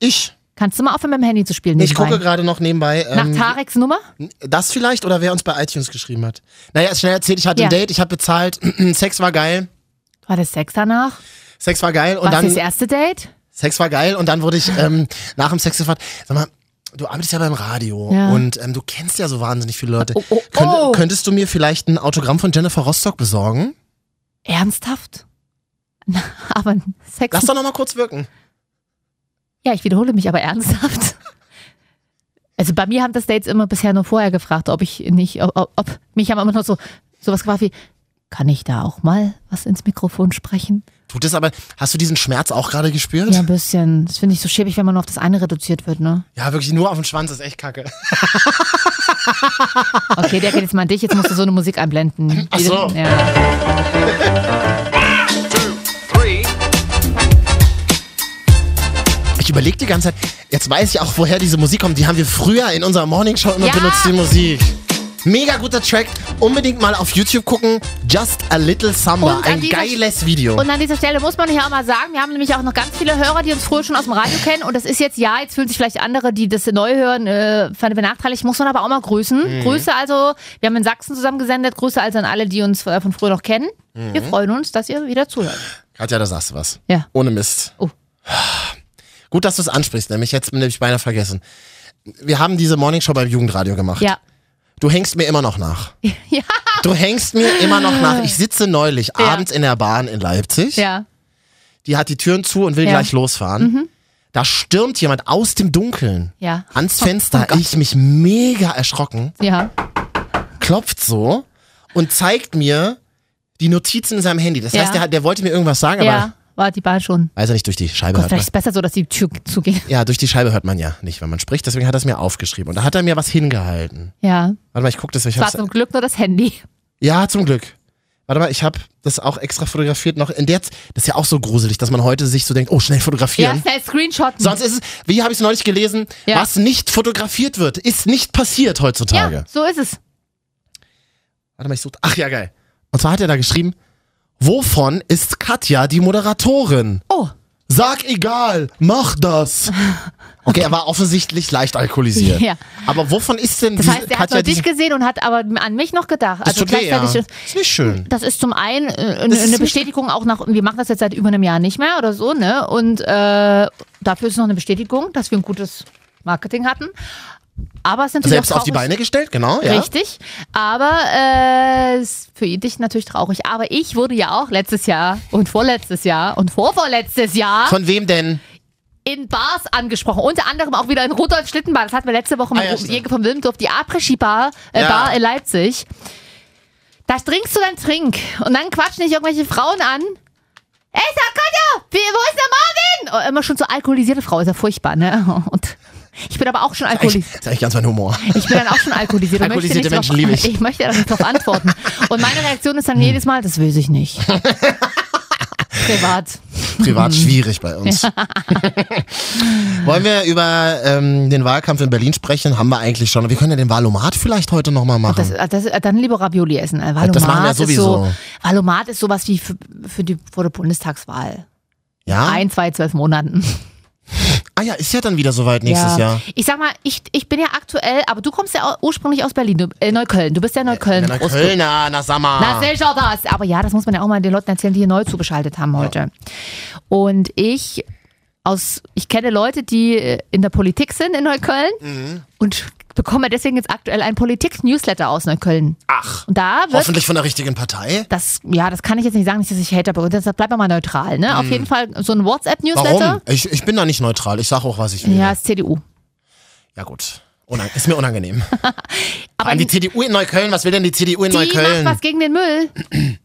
Ich,
Kannst du mal aufhören, mit dem Handy zu spielen?
ich
nebenbei?
gucke gerade noch nebenbei.
Nach
ähm,
Tareks Nummer?
Das vielleicht oder wer uns bei iTunes geschrieben hat. Naja, ist schnell erzählt, ich hatte
Ja.
ein Date, ich habe bezahlt, Sex war geil.
War das Sex danach?
Sex war geil und
War
dann
das erste Date?
Sex war geil und dann wurde ich ähm, nach dem Sex gefragt, sag mal, du arbeitest ja beim Radio
Ja.
und ähm, du kennst ja so wahnsinnig viele Leute.
Oh, oh,
Könnt,
oh.
Könntest du mir vielleicht ein Autogramm von Jennifer Rostock besorgen?
Ernsthaft? Na, aber Sex.
Lass doch noch mal kurz wirken.
Ja, ich wiederhole mich aber ernsthaft. Also bei mir haben das Dates immer bisher nur vorher gefragt, ob ich nicht, ob, ob- ob mich haben immer noch so sowas gefragt wie, kann ich da auch mal was ins Mikrofon sprechen?
Tut es aber, hast du diesen Schmerz auch gerade gespürt?
Ja,
Ja.
ein bisschen. Das finde ich so schäbig, wenn man nur auf das eine reduziert wird, ne?
wirklich nur auf den Schwanz ist echt kacke.
Okay, der geht jetzt mal an dich, jetzt musst du so eine Musik einblenden.
Ach so.
Ja.
Ich überlege die ganze Zeit, jetzt weiß ich auch, woher diese Musik kommt. Die haben wir früher in unserer Morningshow immer
Ja.
benutzt, die Musik. Mega guter Track. Unbedingt mal auf YouTube gucken. Just a Little Samba.
Und an
Ein
dieser-
geiles Video.
Und an dieser Stelle muss man ja auch mal sagen, wir haben nämlich auch noch ganz viele Hörer, die uns früher schon aus dem Radio kennen. Und das ist jetzt, ja, jetzt fühlen sich vielleicht andere, die das neu hören, äh, fanden benachteiligt. Muss man aber auch mal
Mhm.
grüßen. Grüße also, wir haben in Sachsen zusammen gesendet. Grüße also an alle, die uns von von früher noch kennen.
Mhm.
Wir freuen uns, dass ihr wieder zuhört.
Katja, da sagst du was.
Ja.
Ohne Mist.
Oh.
Gut, dass du es ansprichst, nämlich jetzt bin ich beinahe vergessen. Wir haben diese Morningshow beim Jugendradio gemacht.
Ja.
Du hängst mir immer noch nach.
Ja.
Du hängst mir immer noch nach. Ich sitze neulich abends in der Bahn in Leipzig.
Ja.
Die hat die Türen zu und will
Ja. Mhm.
gleich losfahren. Da stürmt jemand aus dem Dunkeln
Ja. Oh
ans Fenster. ich mich mega erschrocken.
Ja.
Klopft so und zeigt mir die Notizen in seinem Handy. Das
Ja.
heißt, der, hat- der wollte mir irgendwas sagen, aber
Ja. War die Bahn schon.
weiß er nicht durch die Scheibe.
Gott,
hört man.
vielleicht ist es besser so, dass die Tür zuging.
Ja, durch die Scheibe hört man ja nicht, wenn man spricht. Deswegen hat er es mir aufgeschrieben. Und da hat er mir was hingehalten.
Ja.
Warte mal, ich guck das. Ich
Es war
hab's,
zum Glück nur das Handy.
ja, zum Glück. Warte mal, ich habe das auch extra fotografiert noch. In der, Z- das ist ja auch so gruselig, dass man heute sich so denkt, oh, schnell
Ja,
fotografieren.
schnell Screenshotten.
Sonst ist es, wie habe ich es neulich gelesen,
Ja.
was nicht fotografiert wird, ist nicht passiert heutzutage.
ja, so ist es.
Warte mal, ich suche. Ach ja, geil. Und zwar hat er da geschrieben, wovon ist Katja die Moderatorin?
Oh.
Sag egal, mach das. Okay, er war offensichtlich leicht alkoholisiert.
Ja.
Aber wovon ist denn
Das
diese
heißt,
Hm,
er hat
Katja
nur dich
diese-
gesehen und hat aber an mich noch gedacht.
Das
Also
tut weh, ja.
gleichzeitig.
Ist nicht schön.
Das ist zum einen äh,
Das
eine
ist
eine
nicht-
Bestätigung auch nach, wir machen das jetzt seit über einem Jahr nicht mehr oder so, ne? Und äh, dafür ist es noch eine Bestätigung, dass wir ein gutes Marketing hatten. Aber es ist natürlich
Selbst
auch
auf die
traurig.
Beine gestellt, genau, ja.
Richtig. Aber äh, ist für dich natürlich traurig. Aber ich wurde ja auch letztes Jahr und vorletztes Jahr und vorvorletztes Jahr
Von wem denn?
in Bars angesprochen. Unter anderem auch wieder in Rudolf Schlittenbahn. Das hatten wir letzte Woche mit
Ah, ja,
Ru-
stimmt.
Jäger vom Wilmendorf, die Après-Ski-Bar äh,
Ja.
Bar in Leipzig. Da trinkst du dein Trink und dann quatschen dich irgendwelche Frauen an. Ey, sag Katja, wie, wo ist der Marvin? Oh, immer schon so alkoholisierte Frau, ist ja furchtbar, ne? Und ich bin aber auch schon
Eigentlich,
alkoholisiert.
das ist eigentlich ganz mein Humor.
Ich bin dann auch schon alkoholisiert. und möchte
Alkoholisierte
nicht
Menschen liebe
drauf,
ich. Hm.
Ich möchte da nicht drauf antworten. Und meine Reaktion ist dann jedes Mal, das weiß ich nicht. Privat.
Privat schwierig bei uns. Wollen wir über ähm, den Wahlkampf in Berlin sprechen? Haben wir eigentlich schon. Wir können ja den Wahlomat vielleicht heute nochmal machen.
Das, das, dann lieber Ravioli essen. Äh, Valomat
das machen wir sowieso.
Ist so, Valomat ist sowas wie für, für die vor der Bundestagswahl.
ja?
Ein, zwei, zwölf Monaten.
Ah ja, ist ja dann wieder soweit nächstes
ja.
Jahr.
Ich sag mal, ich, ich bin ja aktuell, aber du kommst ja au- ursprünglich aus Berlin, du, äh, Neukölln. Du bist ja Neukölln.
Na,
groß-
Kölner, na sag mal.
Na, sicher das. Aber ja, das muss man ja auch mal den Leuten erzählen, die hier neu zugeschaltet haben heute. Und ich aus, ich kenne Leute, die äh, in der Politik sind in Neukölln
Mhm.
und bekomme deswegen jetzt aktuell einen Politik-Newsletter aus Neukölln.
Ach,
Und da wird
hoffentlich von der richtigen Partei.
das, ja, das kann ich jetzt nicht sagen, nicht, dass ich Hater bin. Deshalb bleibt man mal neutral, ne? Auf
Hm.
jeden Fall so
Warum?
ein WhatsApp-Newsletter.
Ich, ich bin da nicht neutral. Ich sage auch, was ich will.
Ja,
Ja,
ist CDU.
gut. Unang ist mir unangenehm.
Aber
An die
die,
CDU in Neukölln, was will denn die CDU in
macht
Neukölln?
was gegen den Müll.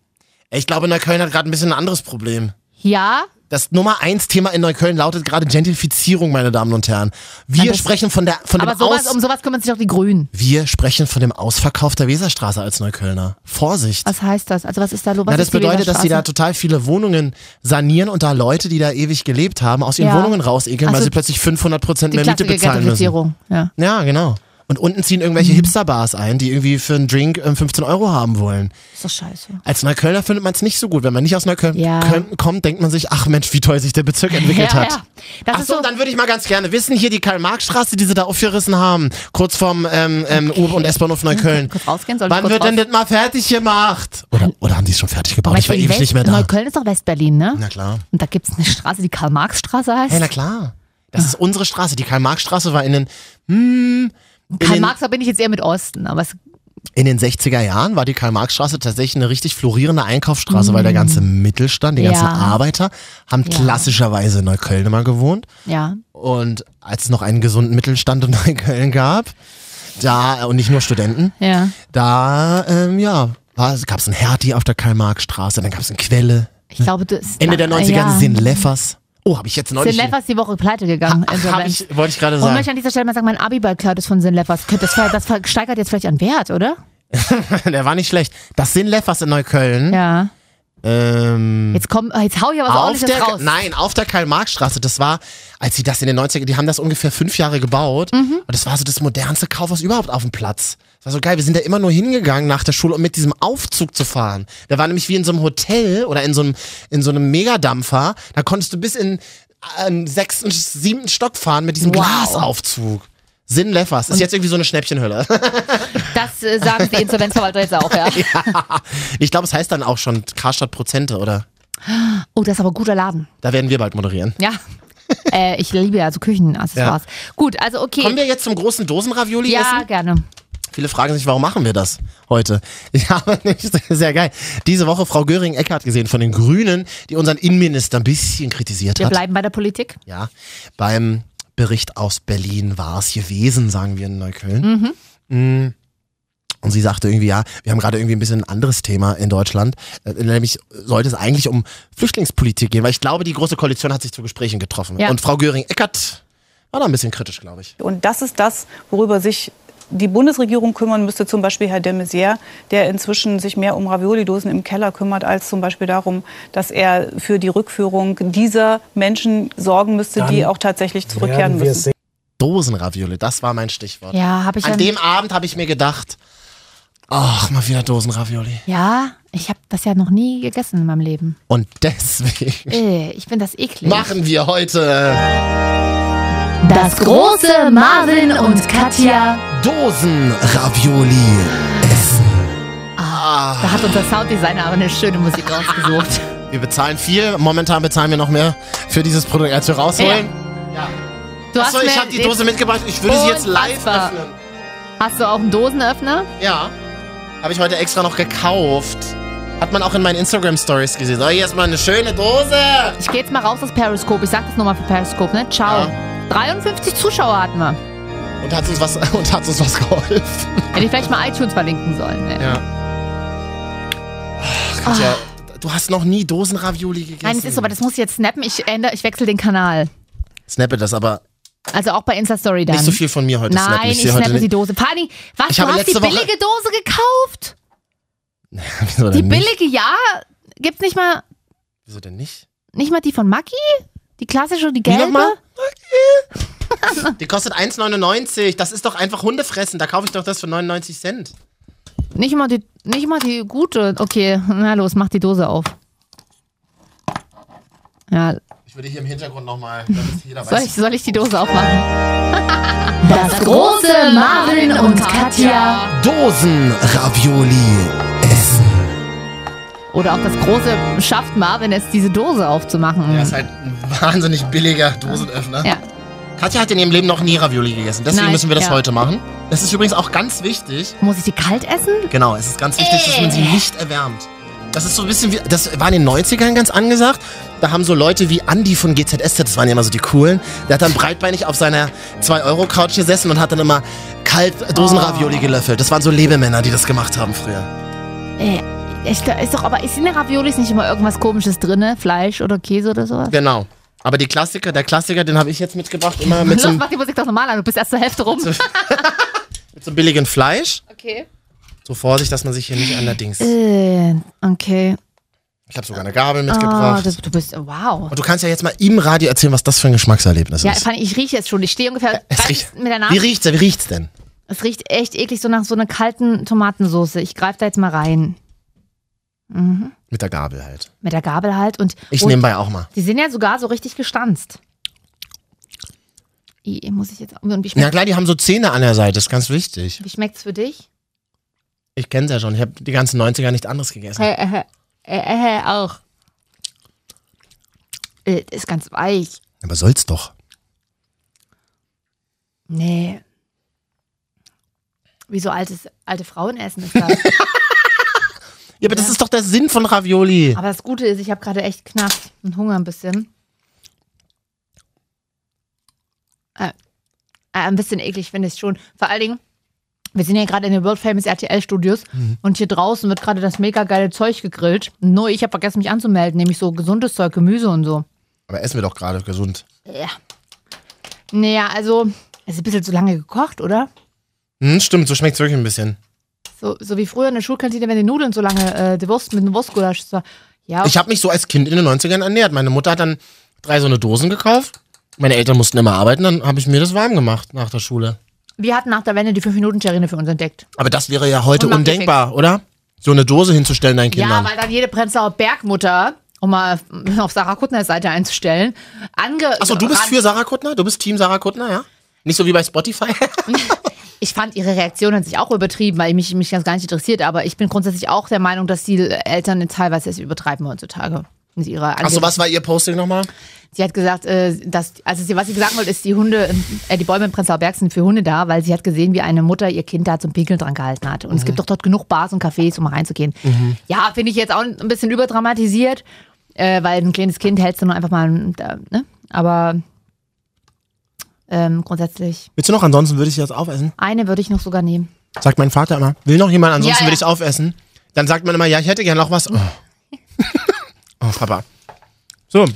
Ich glaube, Neukölln hat gerade ein bisschen ein anderes Problem.
Ja,
Das Nummer eins Thema in Neukölln lautet gerade Gentrifizierung, meine Damen und Herren. Wir
das-
sprechen von der von dem
aber sowas,
Aus
um sowas kümmern sich doch die Grünen.
Wir sprechen von dem Ausverkauf der Weserstraße als Neuköllner. Vorsicht.
Was heißt das? Also was ist da los?
Na,
Was
das
ist die
bedeutet, dass sie da
Weserstraße?
total viele Wohnungen sanieren und da Leute, die da ewig gelebt haben, aus ihren
Ja. Wohnungen
Wohnungen rausekeln,
Ach weil
weil
so, sie
sie plötzlich 500 Prozent
die
mehr Miete
klassische
bezahlen müssen.
Gentrifizierung. Ja.
Ja, genau. Und unten ziehen irgendwelche
Mhm.
Hipster-Bars ein, die irgendwie für einen Drink ähm, 15 Euro haben wollen.
Ist doch scheiße.
Als Neuköllner findet man es nicht so gut. Wenn man nicht aus Neukölln
Ja.
Köln kommt, denkt man sich, ach Mensch, wie toll sich der Bezirk entwickelt hat.
Das
Ach
ist
so,
so,
dann würde ich mal ganz gerne wissen, hier die Karl-Marx-Straße, die sie da aufgerissen haben, kurz vorm ähm, ähm, U- und S-Bahnhof Neukölln.
Kurz rausgehen, soll ich
Wann
kurz
wird denn
raus-
das mal fertig gemacht? Oder, oder haben die es schon fertig gebaut?
Aber
Ich war
in
ewig
West-
nicht mehr da.
Neukölln ist doch Westberlin, ne?
Na klar.
Und da gibt es eine Straße, die Karl-Marx-Straße heißt.
Hey, na klar. Das ist unsere Straße. Die Karl-Marx-Straße war in den, in den,
Karl-Marx verbinde ich jetzt eher mit Osten, aber es,
in den 60er Jahren war die Karl-Marx-Straße tatsächlich eine richtig florierende Einkaufsstraße, weil der ganze Mittelstand, die ganzen
Mhm. Ja.
Arbeiter haben klassischerweise in Neukölln immer gewohnt.
ja.
Und als es noch einen gesunden Mittelstand in Neukölln gab, da, und nicht nur Studenten,
Ja.
Da, ähm, ja, gab es einen Hertie auf der Karl-Marx-Straße, dann gab es eine Quelle.
Ich glaube, das
Hm. Ende der 90er
ja.
sind Leffers. Oh, habe ich jetzt neulich.
Sin Leffers die Woche pleite gegangen.
hab
insolvent.
ich, wollte ich gerade
Und
sagen.
möchte an dieser Stelle mal sagen, mein Abiball Cloud ist von Sin Leffers. Könnt- Das, ver- das ver- steigert jetzt vielleicht an Wert, oder?
Der war nicht schlecht. Das sind Leffers in Neukölln.
Ja.
Ähm,
Hm. Jetzt komm, jetzt hau ich aber so
auf
ordentliches
der,
raus.
nein, auf der Karl-Marx-Straße. Das war, als sie das in den 90er, die haben das ungefähr fünf Jahre gebaut.
Mhm.
Und das war so das modernste Kaufhaus überhaupt auf dem Platz. Das war so geil. Wir sind da immer nur hingegangen nach der Schule, um mit diesem Aufzug zu fahren. Da war nämlich wie in so einem Hotel oder in so einem, in so einem Megadampfer. Da konntest du bis in äh, einen sechsten, siebten Stock fahren mit diesem
Wow.
Glasaufzug. Sinn Leffers. Ist jetzt irgendwie so eine Schnäppchenhölle.
Das äh, sagen die Insolvenzverwalter jetzt auch, ja.
ich glaube, es heißt dann auch schon Karstadt Prozente, oder?
Oh, das ist aber ein guter Laden.
Da werden wir bald moderieren.
Ja. äh, ich liebe ja so Küchenaccessoires. Gut, also okay.
Kommen wir jetzt zum großen Dosenravioli essen?
ja, gerne.
Viele fragen sich, warum machen wir das heute? Ich habe nämlich, sehr geil, diese Woche Frau Göring-Eckardt gesehen von den Grünen, die unseren Innenminister ein bisschen kritisiert
Wir
hat.
bleiben bei der Politik.
Ja, beim Bericht aus Berlin war es gewesen, sagen wir in Neukölln.
Mhm.
Mm. Und sie sagte irgendwie, ja, wir haben gerade irgendwie ein bisschen ein anderes Thema in Deutschland. Äh, Nämlich sollte es eigentlich um Flüchtlingspolitik gehen, weil ich glaube, die Große Koalition hat sich zu Gesprächen getroffen.
Ja.
Und Frau Göring-Eckardt war da ein bisschen kritisch, glaube ich.
Und das ist das, worüber sich die Bundesregierung kümmern müsste, zum Beispiel Herr de Maizière, der inzwischen sich mehr um Ravioli-Dosen im Keller kümmert, als zum Beispiel darum, dass er für die Rückführung dieser Menschen sorgen müsste, die auch tatsächlich zurückkehren müssen.
Dosenravioli, das war mein Stichwort.
Ja, habe ich
An
dann,
dem Abend habe ich mir gedacht, ach, mal wieder Dosenravioli.
Ja, ich habe das ja noch nie gegessen in meinem Leben.
Und deswegen
Äh, ich finde das eklig.
machen wir heute
Das große Marvin und Katja.
Dosenravioli essen.
Da hat unser Sounddesigner aber eine schöne Musik rausgesucht.
Wir bezahlen viel, momentan bezahlen wir noch mehr für dieses Produkt, als wir rausholen.
Du
Achso, ich habe die Dose mitgebracht, ich würde sie jetzt live
Unfassbar.
öffnen.
Hast du auch einen Dosenöffner?
Ja, habe ich heute extra noch gekauft. Hat man auch in meinen Instagram-Stories gesehen. So, hier ist mal eine schöne Dose.
Ich gehe jetzt mal raus aus Periscope. Ich sag das nochmal für Periscope, ne? Ciao. 53 Zuschauer hatten wir.
Und hat uns was, und hat uns was geholfen.
Hätte ich vielleicht mal iTunes verlinken sollen. Ne?
Ja. Ach, Katja, du hast noch nie Dosenravioli gegessen.
Ah. Nein, es ist so, aber das muss ich jetzt snappen. Ich ändere, ich wechsle den Kanal.
Snappe das, aber
Also auch bei Insta-Story dann.
nicht so viel von mir heute. snappen.
Nein, ich
sehe heute
snappe die
nicht-
Dose. Pani, was?
Ich
du
habe
hast die
letzte Woche-
billige Dose gekauft?
Wieso denn
Die
nicht?
billige, ja? Gibt's nicht mal,
Wieso denn nicht?
nicht mal die von Maki? Die klassische, die
Wie
gelbe?
nochmal? Die kostet 1,99. Das ist doch einfach Hundefressen. Da kaufe ich doch das für 99 Cent.
Nicht mal die, nicht mal die gute. Okay, na los, mach die Dose auf. Ja,
Ich würde hier im Hintergrund nochmal, damit jeder
soll ich, soll ich die Dose aufmachen?
Das große Marvin und Katja.
Dosenravioli essen.
Oder auch das große schafft Marvin es, diese Dose aufzumachen.
Der ist halt ein wahnsinnig billiger Dosenöffner.
Ja.
Katja hat in ihrem Leben noch nie Ravioli gegessen. Deswegen
Nein,
müssen wir das
ja.
heute machen. Das ist übrigens auch ganz wichtig.
Muss ich die kalt essen? Äh.
Genau, es ist ganz wichtig, dass man sie nicht erwärmt. Das ist so ein bisschen wie, das war in den 90ern ganz angesagt. Da haben so Leute wie Andy von GZSZ, das waren ja immer so die coolen, der hat dann breitbeinig auf seiner 2-Euro-Couch gesessen und hat dann immer
Oh.
Kaltdosen-Ravioli gelöffelt. Das waren so Lebemänner, die das gemacht haben früher.
Ey, ich, glaub, ist doch, aber ist in den Raviolis nicht immer irgendwas komisches drinne? Fleisch oder Käse oder sowas?
Genau. Aber die Klassiker, der Klassiker, den habe ich jetzt mitgebracht, immer mit so,
Los,
einem-
mach die Musik doch normal an, du bist erst zur Hälfte rum.
mit so einem billigen Fleisch.
Okay.
So Vorsicht, dass man sich hier nicht allerdings.
Äh, okay.
Ich habe sogar eine Gabel
Ah,
mitgebracht.
das, du bist, wow.
Und du kannst ja jetzt mal im Radio erzählen, was das für ein Geschmackserlebnis
Ja,
ist.
Fanny, ich rieche jetzt schon. Ich stehe ungefähr
Es
30
riecht,
mit der
wie
Nase.
riecht's denn? Wie riecht's denn?
Es riecht echt eklig so nach so einer kalten Tomatensoße. Ich greife da jetzt mal rein.
Mit der Gabel halt.
Mit der Gabel halt. Und,
Ich
und
nebenbei auch mal.
Die sind ja sogar so richtig gestanzt. I, muss ich jetzt. Und wie
Ja
schmeckt
klar, die haben so Zähne an der Seite, ist ganz wichtig.
wie schmeckt's für dich?
Ich kenn's ja schon, ich habe die ganzen 90er nicht anderes gegessen.
Äh, äh, äh, äh, auch. Äh, ist ganz weich.
Aber soll's doch.
Nee. Wie so altes, alte Frauen essen ist das.
Ja, aber das ist doch der Sinn von Ravioli.
Aber das Gute ist, ich habe gerade echt knapp und Hunger ein bisschen. Äh, äh, ein bisschen eklig finde ich schon. Vor allen Dingen, wir sind ja gerade in den World Famous RTL Studios und hier draußen wird gerade das mega geile Zeug gegrillt. Nur ich habe vergessen, mich anzumelden, nämlich so gesundes Zeug, Gemüse und so.
Aber essen wir doch gerade gesund.
Ja. Naja, also, es ist ein bisschen zu lange gekocht, oder?
Hm, stimmt, so schmeckt's wirklich ein bisschen.
So, so wie früher in der Schulkantine, wenn die Nudeln so lange, äh, die Wurst mit dem Wurstgulasch. so- Ja,
Ich habe mich so als Kind in den 90ern ernährt. Meine Mutter hat dann drei so eine Dosen gekauft. Meine Eltern mussten immer arbeiten, dann habe ich mir das warm gemacht nach der Schule.
wir hatten nach der Wende die 5-Minuten-Terrine für uns entdeckt.
Aber das wäre ja heute
Und macht
undenkbar, oder? So eine Dose hinzustellen deinen Kindern.
Ja, weil dann jede Prenzlauer Bergmutter, um mal auf Sarah Kuttners Seite einzustellen, ange.
Achso, du bist für Sarah Kuttner? Du bist Team Sarah Kuttner, ja? Nicht so wie bei Spotify?
Ich fand ihre Reaktion hat sich auch übertrieben, weil mich, mich ganz gar nicht interessiert, aber ich bin grundsätzlich auch der Meinung, dass die Eltern teilweise es übertreiben heutzutage. Mit ihrer
Achso, was war ihr Posting nochmal?
Sie hat gesagt, äh, dass, also sie, was sie gesagt wollte, ist, die Hunde, äh, die Bäume im Prenzlauer Berg sind für Hunde da, weil sie hat gesehen, wie eine Mutter ihr Kind da zum Pinkeln dran gehalten hat. Und es gibt doch dort genug Bars und Cafés, um reinzugehen. Ja, finde ich jetzt auch ein bisschen überdramatisiert, äh, weil ein kleines Kind hältst du nur einfach mal, äh, ne? Aber ähm, grundsätzlich,
Willst du noch? Ansonsten würde ich das aufessen.
eine würde ich noch sogar nehmen.
Sagt mein Vater immer. Will noch jemand? Ansonsten
Ja, ja.
würde ich es aufessen. Dann sagt man immer, ja, ich hätte gern noch was. Oh, oh Papa. So. Ja,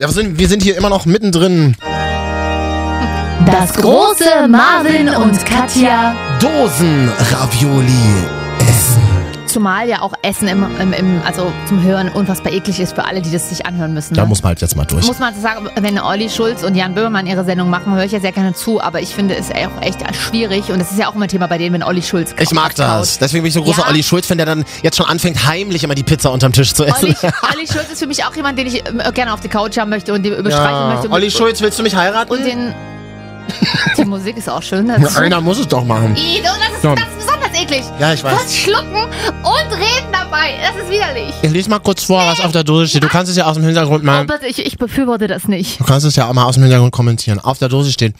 wir, sind, wir sind hier immer noch mittendrin.
Das große Marvin und Katja.
Dosen-Ravioli essen.
Zumal ja auch Essen im, im, im, also zum Hören unfassbar eklig ist für alle, die das sich anhören müssen.
Da
ne?
muss man halt jetzt mal durch.
Muss man also sagen, wenn Olli Schulz und Jan Böhmermann ihre Sendung machen, höre ich ja sehr gerne zu, aber ich finde es auch echt schwierig und es ist ja auch immer Thema bei denen, wenn Olli Schulz kaut-
Ich mag das.
kaut.
Deswegen bin ich so ein großer
Ja.
Olli Schulz, wenn der dann jetzt schon anfängt, heimlich immer die Pizza unterm Tisch zu essen.
Olli, Olli Schulz ist für mich auch jemand, den ich ähm, gerne auf die Couch haben möchte und den überstreichen möchte. Und,
Olli Schulz, willst du mich heiraten?
und den. Die Musik ist auch schön.
Ja,
dazu.
Einer muss es doch machen.
Ih, Das ist,
So.
das ist besonders eklig.
Ja, ich weiß.
Das Schlucken und Reden dabei. Das ist widerlich.
Ich lese mal kurz vor, was auf der Dose steht. Du kannst es ja aus dem Hintergrund mal.
Oh, bitte, ich, ich befürworte das nicht.
Du kannst es ja auch mal aus dem Hintergrund kommentieren. Auf der Dose steht: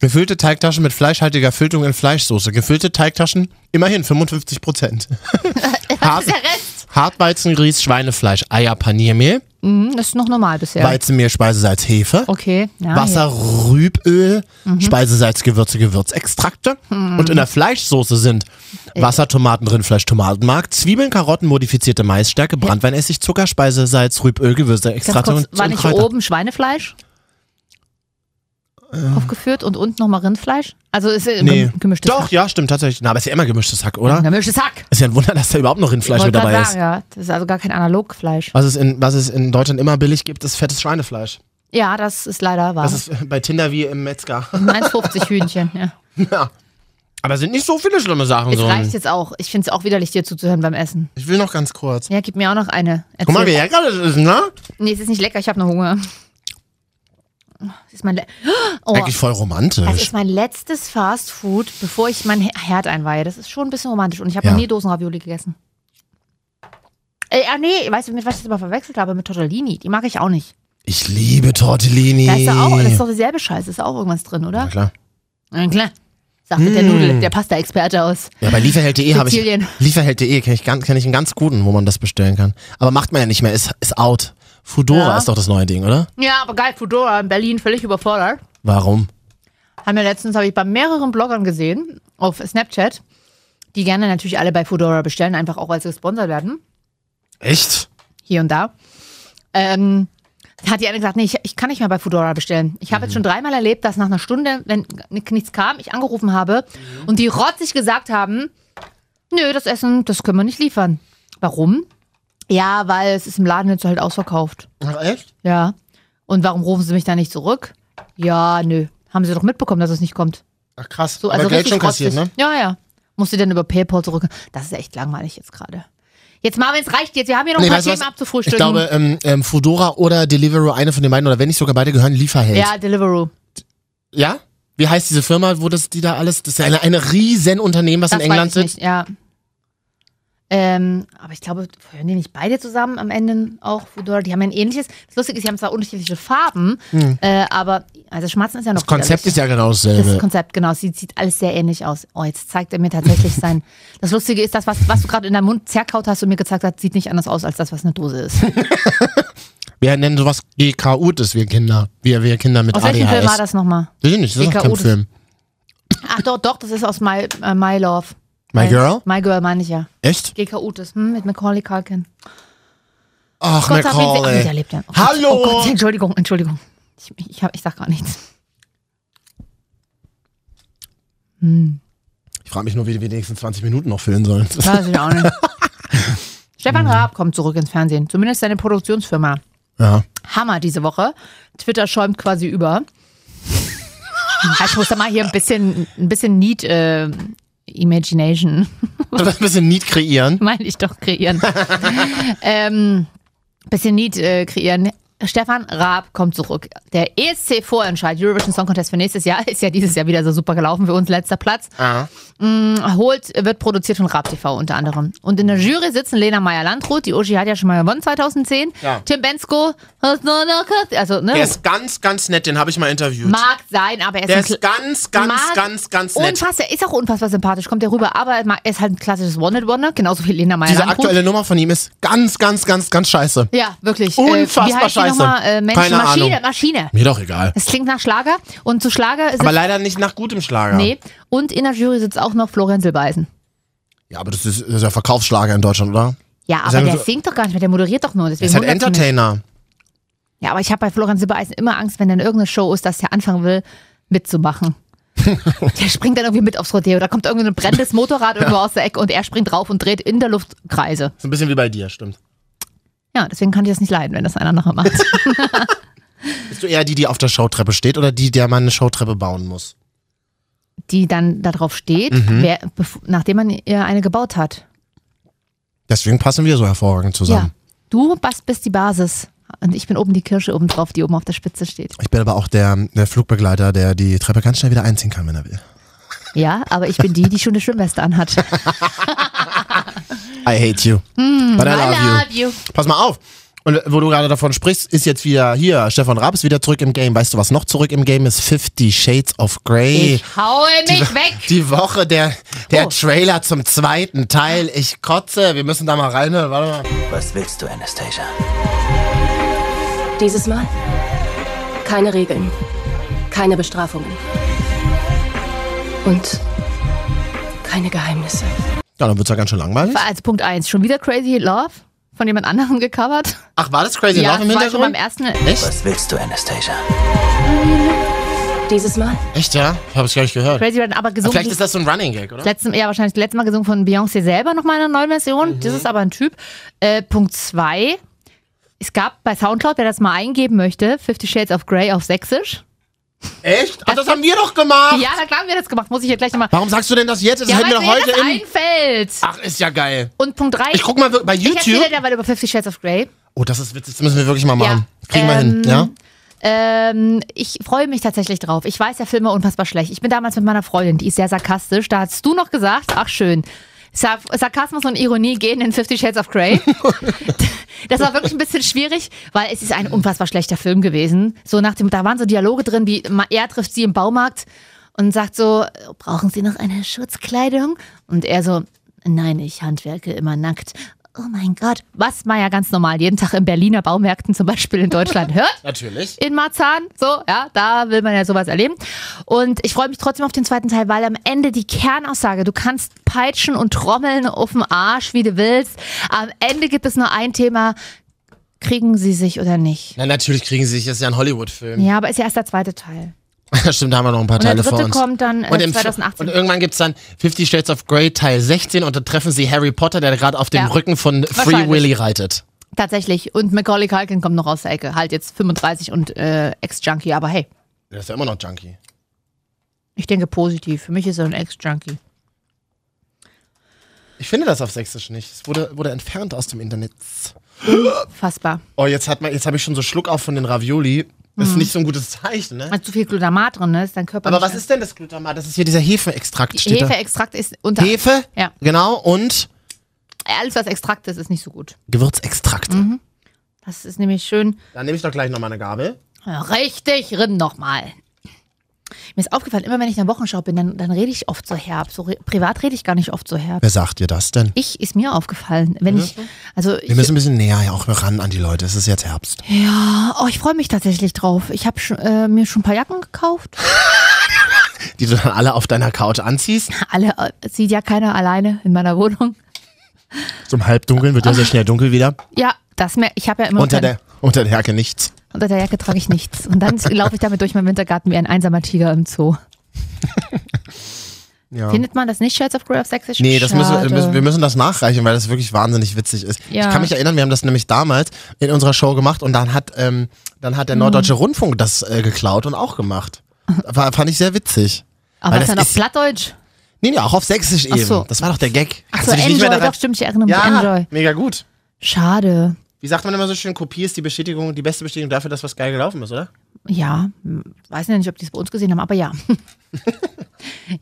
Gefüllte Teigtaschen mit fleischhaltiger Füllung in Fleischsoße. Gefüllte Teigtaschen immerhin 55 Prozent. Hart,
Der Rest
Hartweizengrieß, Schweinefleisch, Eier, Paniermehl,
hm, das ist noch normal bisher.
Weizenmehl, Speisesalz, Hefe,
okay. Mhm. Ja,
Wasser, Rüböl, Speisesalz, Gewürze, Gewürzextrakte.
Mhm.
Und in der Fleischsoße sind Wasser, Tomaten, Rindfleisch, Tomatenmark, Zwiebeln, Karotten, modifizierte Maisstärke, Brandweinessig, Zucker, Speisesalz, Rüböl,
Ganz
Gewürzextrakte
kurz,
und,
war
und
nicht
Kräuter.
oben Schweinefleisch aufgeführt und unten nochmal Rindfleisch? Also ist äh,
Ähm. Nee.
gem- gemischtes
Doch,
Hack.
ja, stimmt tatsächlich. Na, aber ist ja immer gemischtes Hack, oder?
Gemischtes Hack.
Ist ja ein Wunder, dass da überhaupt noch Rindfleisch mit
Wollte
dabei
gerade
ist.
sagen, ja. Das ist also gar kein Analogfleisch.
Was es, in, was es in Deutschland immer billig gibt, ist fettes Schweinefleisch.
Ja, das ist leider wahr.
Das ist bei Tinder wie im Metzger.
1,50 Hühnchen. Ja.
ja. Aber es sind nicht so viele schlimme Sachen
Es
so.
reicht jetzt auch. Ich finde es auch widerlich, dir zuzuhören beim Essen.
Ich will noch ganz kurz.
Ja, gib mir auch noch eine.
Guck mal, wie
Erzähl.
lecker das ist, ne?
Nee, es ist nicht lecker, ich habe noch Hunger. Das ist mein, Le oh,
Eigentlich voll
das
romantisch.
ist mein letztes Fast Food, bevor ich meinen Her- Herd einweihe. Das ist schon ein bisschen romantisch. Und ich habe
Ja.
noch nie Dosenravioli gegessen. Äh, ah, nee, weißt du, mit was ich das immer verwechselt habe? Mit Tortellini. Die mag ich auch nicht.
Ich liebe Tortellini.
Da ist ja auch, das ist doch dieselbe Scheiße. Ist auch irgendwas drin,
Na
oder?
klar.
Na klar. sagte der Nudel, der Pasta-Experte aus.
Ja, bei lieferheld.de habe ich.
Sizilien.
Lieferheld.de kenne ich, ganz- kenn ich einen ganz guten, wo man das bestellen kann. Aber macht man ja nicht mehr, ist, ist out. Fudora ist doch das neue Ding, oder?
Ja, aber geil, Fudora in Berlin völlig überfordert.
Warum?
Haben wir letztens, habe ich bei mehreren Bloggern gesehen, auf Snapchat, die gerne natürlich alle bei Fudora bestellen, einfach auch als gesponsert werden,
Echt?
hier und da. Ähm, hat die eine gesagt, nee, ich, ich kann nicht mehr bei Fudora bestellen. Ich
Mhm.
habe jetzt schon dreimal erlebt, dass nach einer Stunde, wenn nichts kam, ich angerufen habe
Mhm.
und die rotzig gesagt haben, nö, das Essen, das können wir nicht liefern. Warum? Ja, weil es ist im Laden jetzt halt ausverkauft.
Ach, echt?
Ja. Und warum rufen sie mich da nicht zurück? Ja, nö. Haben sie doch mitbekommen, dass es nicht kommt.
Ach krass.
So,
Aber
also
Geld
richtig
schon kassiert,
rotzig.
ne?
Ja, ja. Musste dann über PayPal zurück. Das ist echt langweilig jetzt gerade. Jetzt Marvin, es reicht jetzt. Wir haben hier noch ein paar
weißt du
Themen
was?
abzufrühstücken.
Ich glaube, ähm, ähm, Fudora oder Deliveroo, eine von den beiden, oder wenn nicht sogar beide gehören, Lieferheld.
ja, Deliveroo.
Ja? Wie heißt diese Firma, wo das die da alles? Das ist ja eine, eine riesen Unternehmen, was
Das
in England
weiß ich
sitzt.
nicht, ja. Ähm, aber ich glaube, hören die nicht beide zusammen am Ende auch? Fudora, die haben ja ein ähnliches. Das Lustige ist, die haben zwar unterschiedliche Farben, äh, aber also Schmerzen ist ja noch
Hm. Das Konzept
widerlich.
ist ja genau
Das
dasselbe.
Konzept, genau. Sieht, sieht alles sehr ähnlich aus. Oh, jetzt zeigt er mir tatsächlich sein. Das Lustige ist, das, was, was du gerade in deinem Mund zerkaut hast und mir gezeigt hast, sieht nicht anders aus als das, was eine Dose ist.
Wir nennen sowas GKU, das wir Kinder. Wir, wir Kinder mit
Aus
ADHS.
welchem Film war das nochmal?
Weiß ich nicht, das ist doch kein
GKU,
Film.
Ach doch, doch, das ist aus My, äh, My Love.
My
Äh,
Girl?
My Girl meine ich ja.
Echt?
GKU, das, hm, mit Macaulay Culkin.
Ach,
Gott hab ihn se- oh, nee, der
Macaulay.
lebt ja. Oh Gott,
Hallo!
Oh Gott, Entschuldigung, Entschuldigung. Ich, ich, hab, ich sag gar nichts.
Ich frage mich nur, wie wir die nächsten 20 Minuten noch füllen sollen.
Weiß ich auch nicht. Stefan
Hm.
Raab kommt zurück ins Fernsehen. Zumindest seine Produktionsfirma.
Ja.
Hammer diese Woche. Twitter schäumt quasi über. Ich muss da mal hier ein bisschen, ein bisschen Need äh, Imagination,
Ein bisschen Need kreieren.
meine ich doch, kreieren. ähm, bisschen Need äh, kreieren. Stefan Raab kommt zurück. Der E ESC-Vorentscheid, Eurovision Song Contest für nächstes Jahr, ist ja dieses Jahr wieder so super gelaufen für uns, letzter Platz.
Ah.
Mm, holt, wird produziert von Raab TV unter anderem. Und in
Mhm.
der Jury sitzen Lena Meyer-Landrut, die Uschi hat ja schon mal gewonnen 2010.
Ja.
Tim Bensko, also, ne?
Der ist ganz, ganz nett, den habe ich mal interviewt.
Mag sein, aber er ist,
Der
ein Kl-
ist ganz, ganz,
Mag-
ganz, ganz nett.
Unfassbar, ist auch unfassbar sympathisch, kommt der rüber, aber er ma- er ist halt ein klassisches One-Hit-Wonder, genauso wie Lena meyer
Diese aktuelle Nummer von ihm ist ganz, ganz, ganz, ganz scheiße.
Ja, wirklich.
Unfassbar
äh, wie heißt die
scheiße.
nochmal? Äh, Mensch,
Keine
Maschine,
Ahnung.
Maschine.
Mir doch egal.
Das klingt nach Schlager und zu Schlager sitzt,
Aber leider nicht nach gutem Schlager.
nee, und in der Jury sitzt auch noch Florian Silbereisen.
Ja, aber das ist, das ist ja Verkaufsschlager in Deutschland, oder?
Ja,
Ist
aber
ja
der
so-
singt doch gar nicht mehr, der moderiert doch nur. Deswegen
Ist halt
wundert's mich.
Entertainer.
Ja, aber ich habe bei Florian Silbereisen immer Angst, wenn dann irgendeine Show ist, dass der anfangen will, mitzumachen. der springt dann irgendwie mit aufs Rodeo. Da kommt irgendwie ein brennendes Motorrad irgendwo aus der Ecke und er springt drauf und dreht in der Luft Kreise.
Ist ein bisschen wie bei dir, stimmt.
Ja, deswegen kann ich das nicht leiden, wenn das einer nachher macht.
Bist du eher die, die auf der Showtreppe steht oder die, der man eine Showtreppe bauen muss?
Die dann darauf steht,
Mhm.
wer, bef- nachdem man ihr eine gebaut hat.
Deswegen passen wir so hervorragend zusammen.
Ja. Du bas- bist die Basis. Und ich bin oben die Kirsche oben drauf, die oben auf der Spitze steht.
Ich bin aber auch der, der Flugbegleiter, der die Treppe ganz schnell wieder einziehen kann, wenn er will.
Ja, aber ich bin die, die schon eine Schwimmweste anhat.
I hate you. but I love, you.
Mm, you.
Pass mal auf. Und wo du gerade davon sprichst, ist jetzt wieder hier, Stefan Raab ist wieder zurück im Game. Weißt du, was noch zurück im Game ist? 50 Shades of Grey.
Ich Oh. haue mich weg.
Die Woche der, der Trailer zum zweiten Teil. Ich kotze. Wir müssen da mal reinhören. Warte mal.
Was willst du, Anastasia?
Dieses Mal keine Regeln, keine Bestrafungen und keine Geheimnisse.
Ja, dann wird's ja ganz schön langweilig.
Also Punkt eins schon wieder Crazy Love von jemand anderem gecovert.
Ach, war das Crazy
ja,
Love im
das war schon beim
Hintergrund?
ersten.
Was willst du, Anastasia?
Dieses Mal
Echt, ja? Ich habe es gar nicht gehört.
Crazy Love, aber gesungen.
Vielleicht ist das so ein Running Gag, oder?
letzten, ja, wahrscheinlich das letzte Mal gesungen von Beyoncé selber nochmal in einer neuen Version.
Mhm.
Das ist aber ein Typ. Äh, Punkt zwei Es gab bei Soundcloud, wer das mal eingeben möchte, Fifty Shades of Grey auf Sächsisch.
Echt? Ach, das haben wir doch gemacht.
Ja, na klar haben wir das gemacht. Muss ich jetzt gleich nochmal.
Warum sagst du denn das jetzt? Das
Ja,
hätten wir
weil
doch
mir
heute
das
im...
einfällt.
Ach, ist ja geil.
Und Punkt drei
Ich guck mal bei
Ich
YouTube.
erzähle derweil über Fifty Shades of Grey.
Oh, das ist witzig. Das müssen wir wirklich mal
Ja.
machen. Kriegen wir hin,
Ähm,
ja?
Ähm, ich freue mich tatsächlich drauf. Ich weiß, der Film war unfassbar schlecht. Ich bin damals mit meiner Freundin, die ist sehr sarkastisch. Da hast du noch gesagt, ach schön, Sar Sarkasmus und Ironie gehen in Fifty Shades of Grey. Das war wirklich ein bisschen schwierig, weil es ist ein unfassbar schlechter Film gewesen. So nach dem, da waren so Dialoge drin, wie ma- er trifft sie im Baumarkt und sagt so, brauchen Sie noch eine Schutzkleidung? Und er so, nein, ich handwerke immer nackt. Oh mein Gott, was man ja ganz normal jeden Tag in Berliner Baumärkten zum Beispiel in Deutschland hört.
Natürlich.
In Marzahn, so, ja, da will man ja sowas erleben. Und ich freue mich trotzdem auf den zweiten Teil, weil am Ende die Kernaussage, du kannst peitschen und trommeln auf dem Arsch, wie du willst. Am Ende gibt es nur ein Thema, kriegen sie sich oder nicht.
Na, natürlich kriegen sie sich, das ist ja ein Hollywood-Film.
Ja, aber ist ja erst der zweite Teil.
Stimmt, da haben wir noch ein paar
Und der
Teile vor
dritte
uns.
kommt dann, äh,
und, im-
2018.
und irgendwann gibt es dann Fifty Shades of Grey Teil 16 und da treffen sie Harry Potter, der gerade auf dem
Ja.
Rücken von Free
Wahrscheinlich.
Willy reitet.
Tatsächlich. Und Macaulay Culkin kommt noch aus der Ecke. Halt jetzt 35 und äh, Ex-Junkie, aber hey,
Der ist ja immer noch Junkie.
ich denke positiv. Für mich ist er ein Ex-Junkie.
Ich finde das auf Sächsisch nicht. Es wurde, wurde entfernt aus dem Internet.
Fassbar.
Oh, jetzt, hat man- jetzt habe ich schon so Schluck auf von den Ravioli. Das ist
Mhm.
nicht so ein gutes Zeichen, ne?
Hat zu viel Glutamat drin, ne? Ist dein Körper.
Aber
nicht-
was ist denn das Glutamat? Das ist hier dieser Hefeextrakt, steht
Hefeextrakt ist
da.
unter.
Hefe,
Ja.
genau, und
Alles, was Extrakt ist, ist nicht so gut.
Gewürzextrakte.
Mhm. Das ist nämlich schön.
Dann nehme ich doch gleich nochmal eine Gabel.
Richtig, rinn nochmal. Mir ist aufgefallen, immer wenn ich in der Wochenschau bin, dann, dann rede ich oft so herb. So re privat rede ich gar nicht oft so herb.
Wer sagt dir das denn?
Ich ist mir aufgefallen, wenn ich also ich,
Wir müssen ein bisschen näher ja auch ran an die Leute. Es ist jetzt Herbst.
oh, ich freue mich tatsächlich drauf. Ich habe äh, mir schon ein paar Jacken gekauft.
Die du dann alle auf deiner Couch anziehst.
Alle äh, sieht ja keiner alleine in meiner Wohnung.
Zum Halbdunkeln wird ja sehr schnell dunkel wieder.
Ja, das mehr. Ich habe ja immer
Unter
unter,
der, unter der Jacke nichts.
unter der Jacke trage ich nichts und dann laufe ich damit durch meinen Wintergarten wie ein einsamer Tiger im Zoo.
Ja.
Findet man das nicht Shades of Grey auf Sächsisch?
Nee, das müssen, wir-
Schade.
müssen, wir müssen das nachreichen, weil das wirklich wahnsinnig witzig ist.
Ja.
Ich kann mich erinnern, wir haben das nämlich damals in unserer Show gemacht und dann hat, ähm, dann hat der
Mhm.
Norddeutsche Rundfunk das äh, geklaut und auch gemacht. War, fand ich sehr witzig.
Aber
Weil
das ist dann
das
auf
ist-
Plattdeutsch.
Nee, nee, auch auf Sächsisch eben.
so.
Das war doch der Gag.
Ach
Kannst du
so,
dich nicht mehr
Enjoy.
daran...
Doch, stimmt, ich erinnere mich.
ja,
Enjoy.
mega gut.
Schade.
Wie sagt man immer so schön, Kopie ist die Bestätigung, die beste Bestätigung dafür, dass was geil gelaufen ist, oder?
Ja, hm, weiß nicht, ob die es bei uns gesehen haben, aber ja.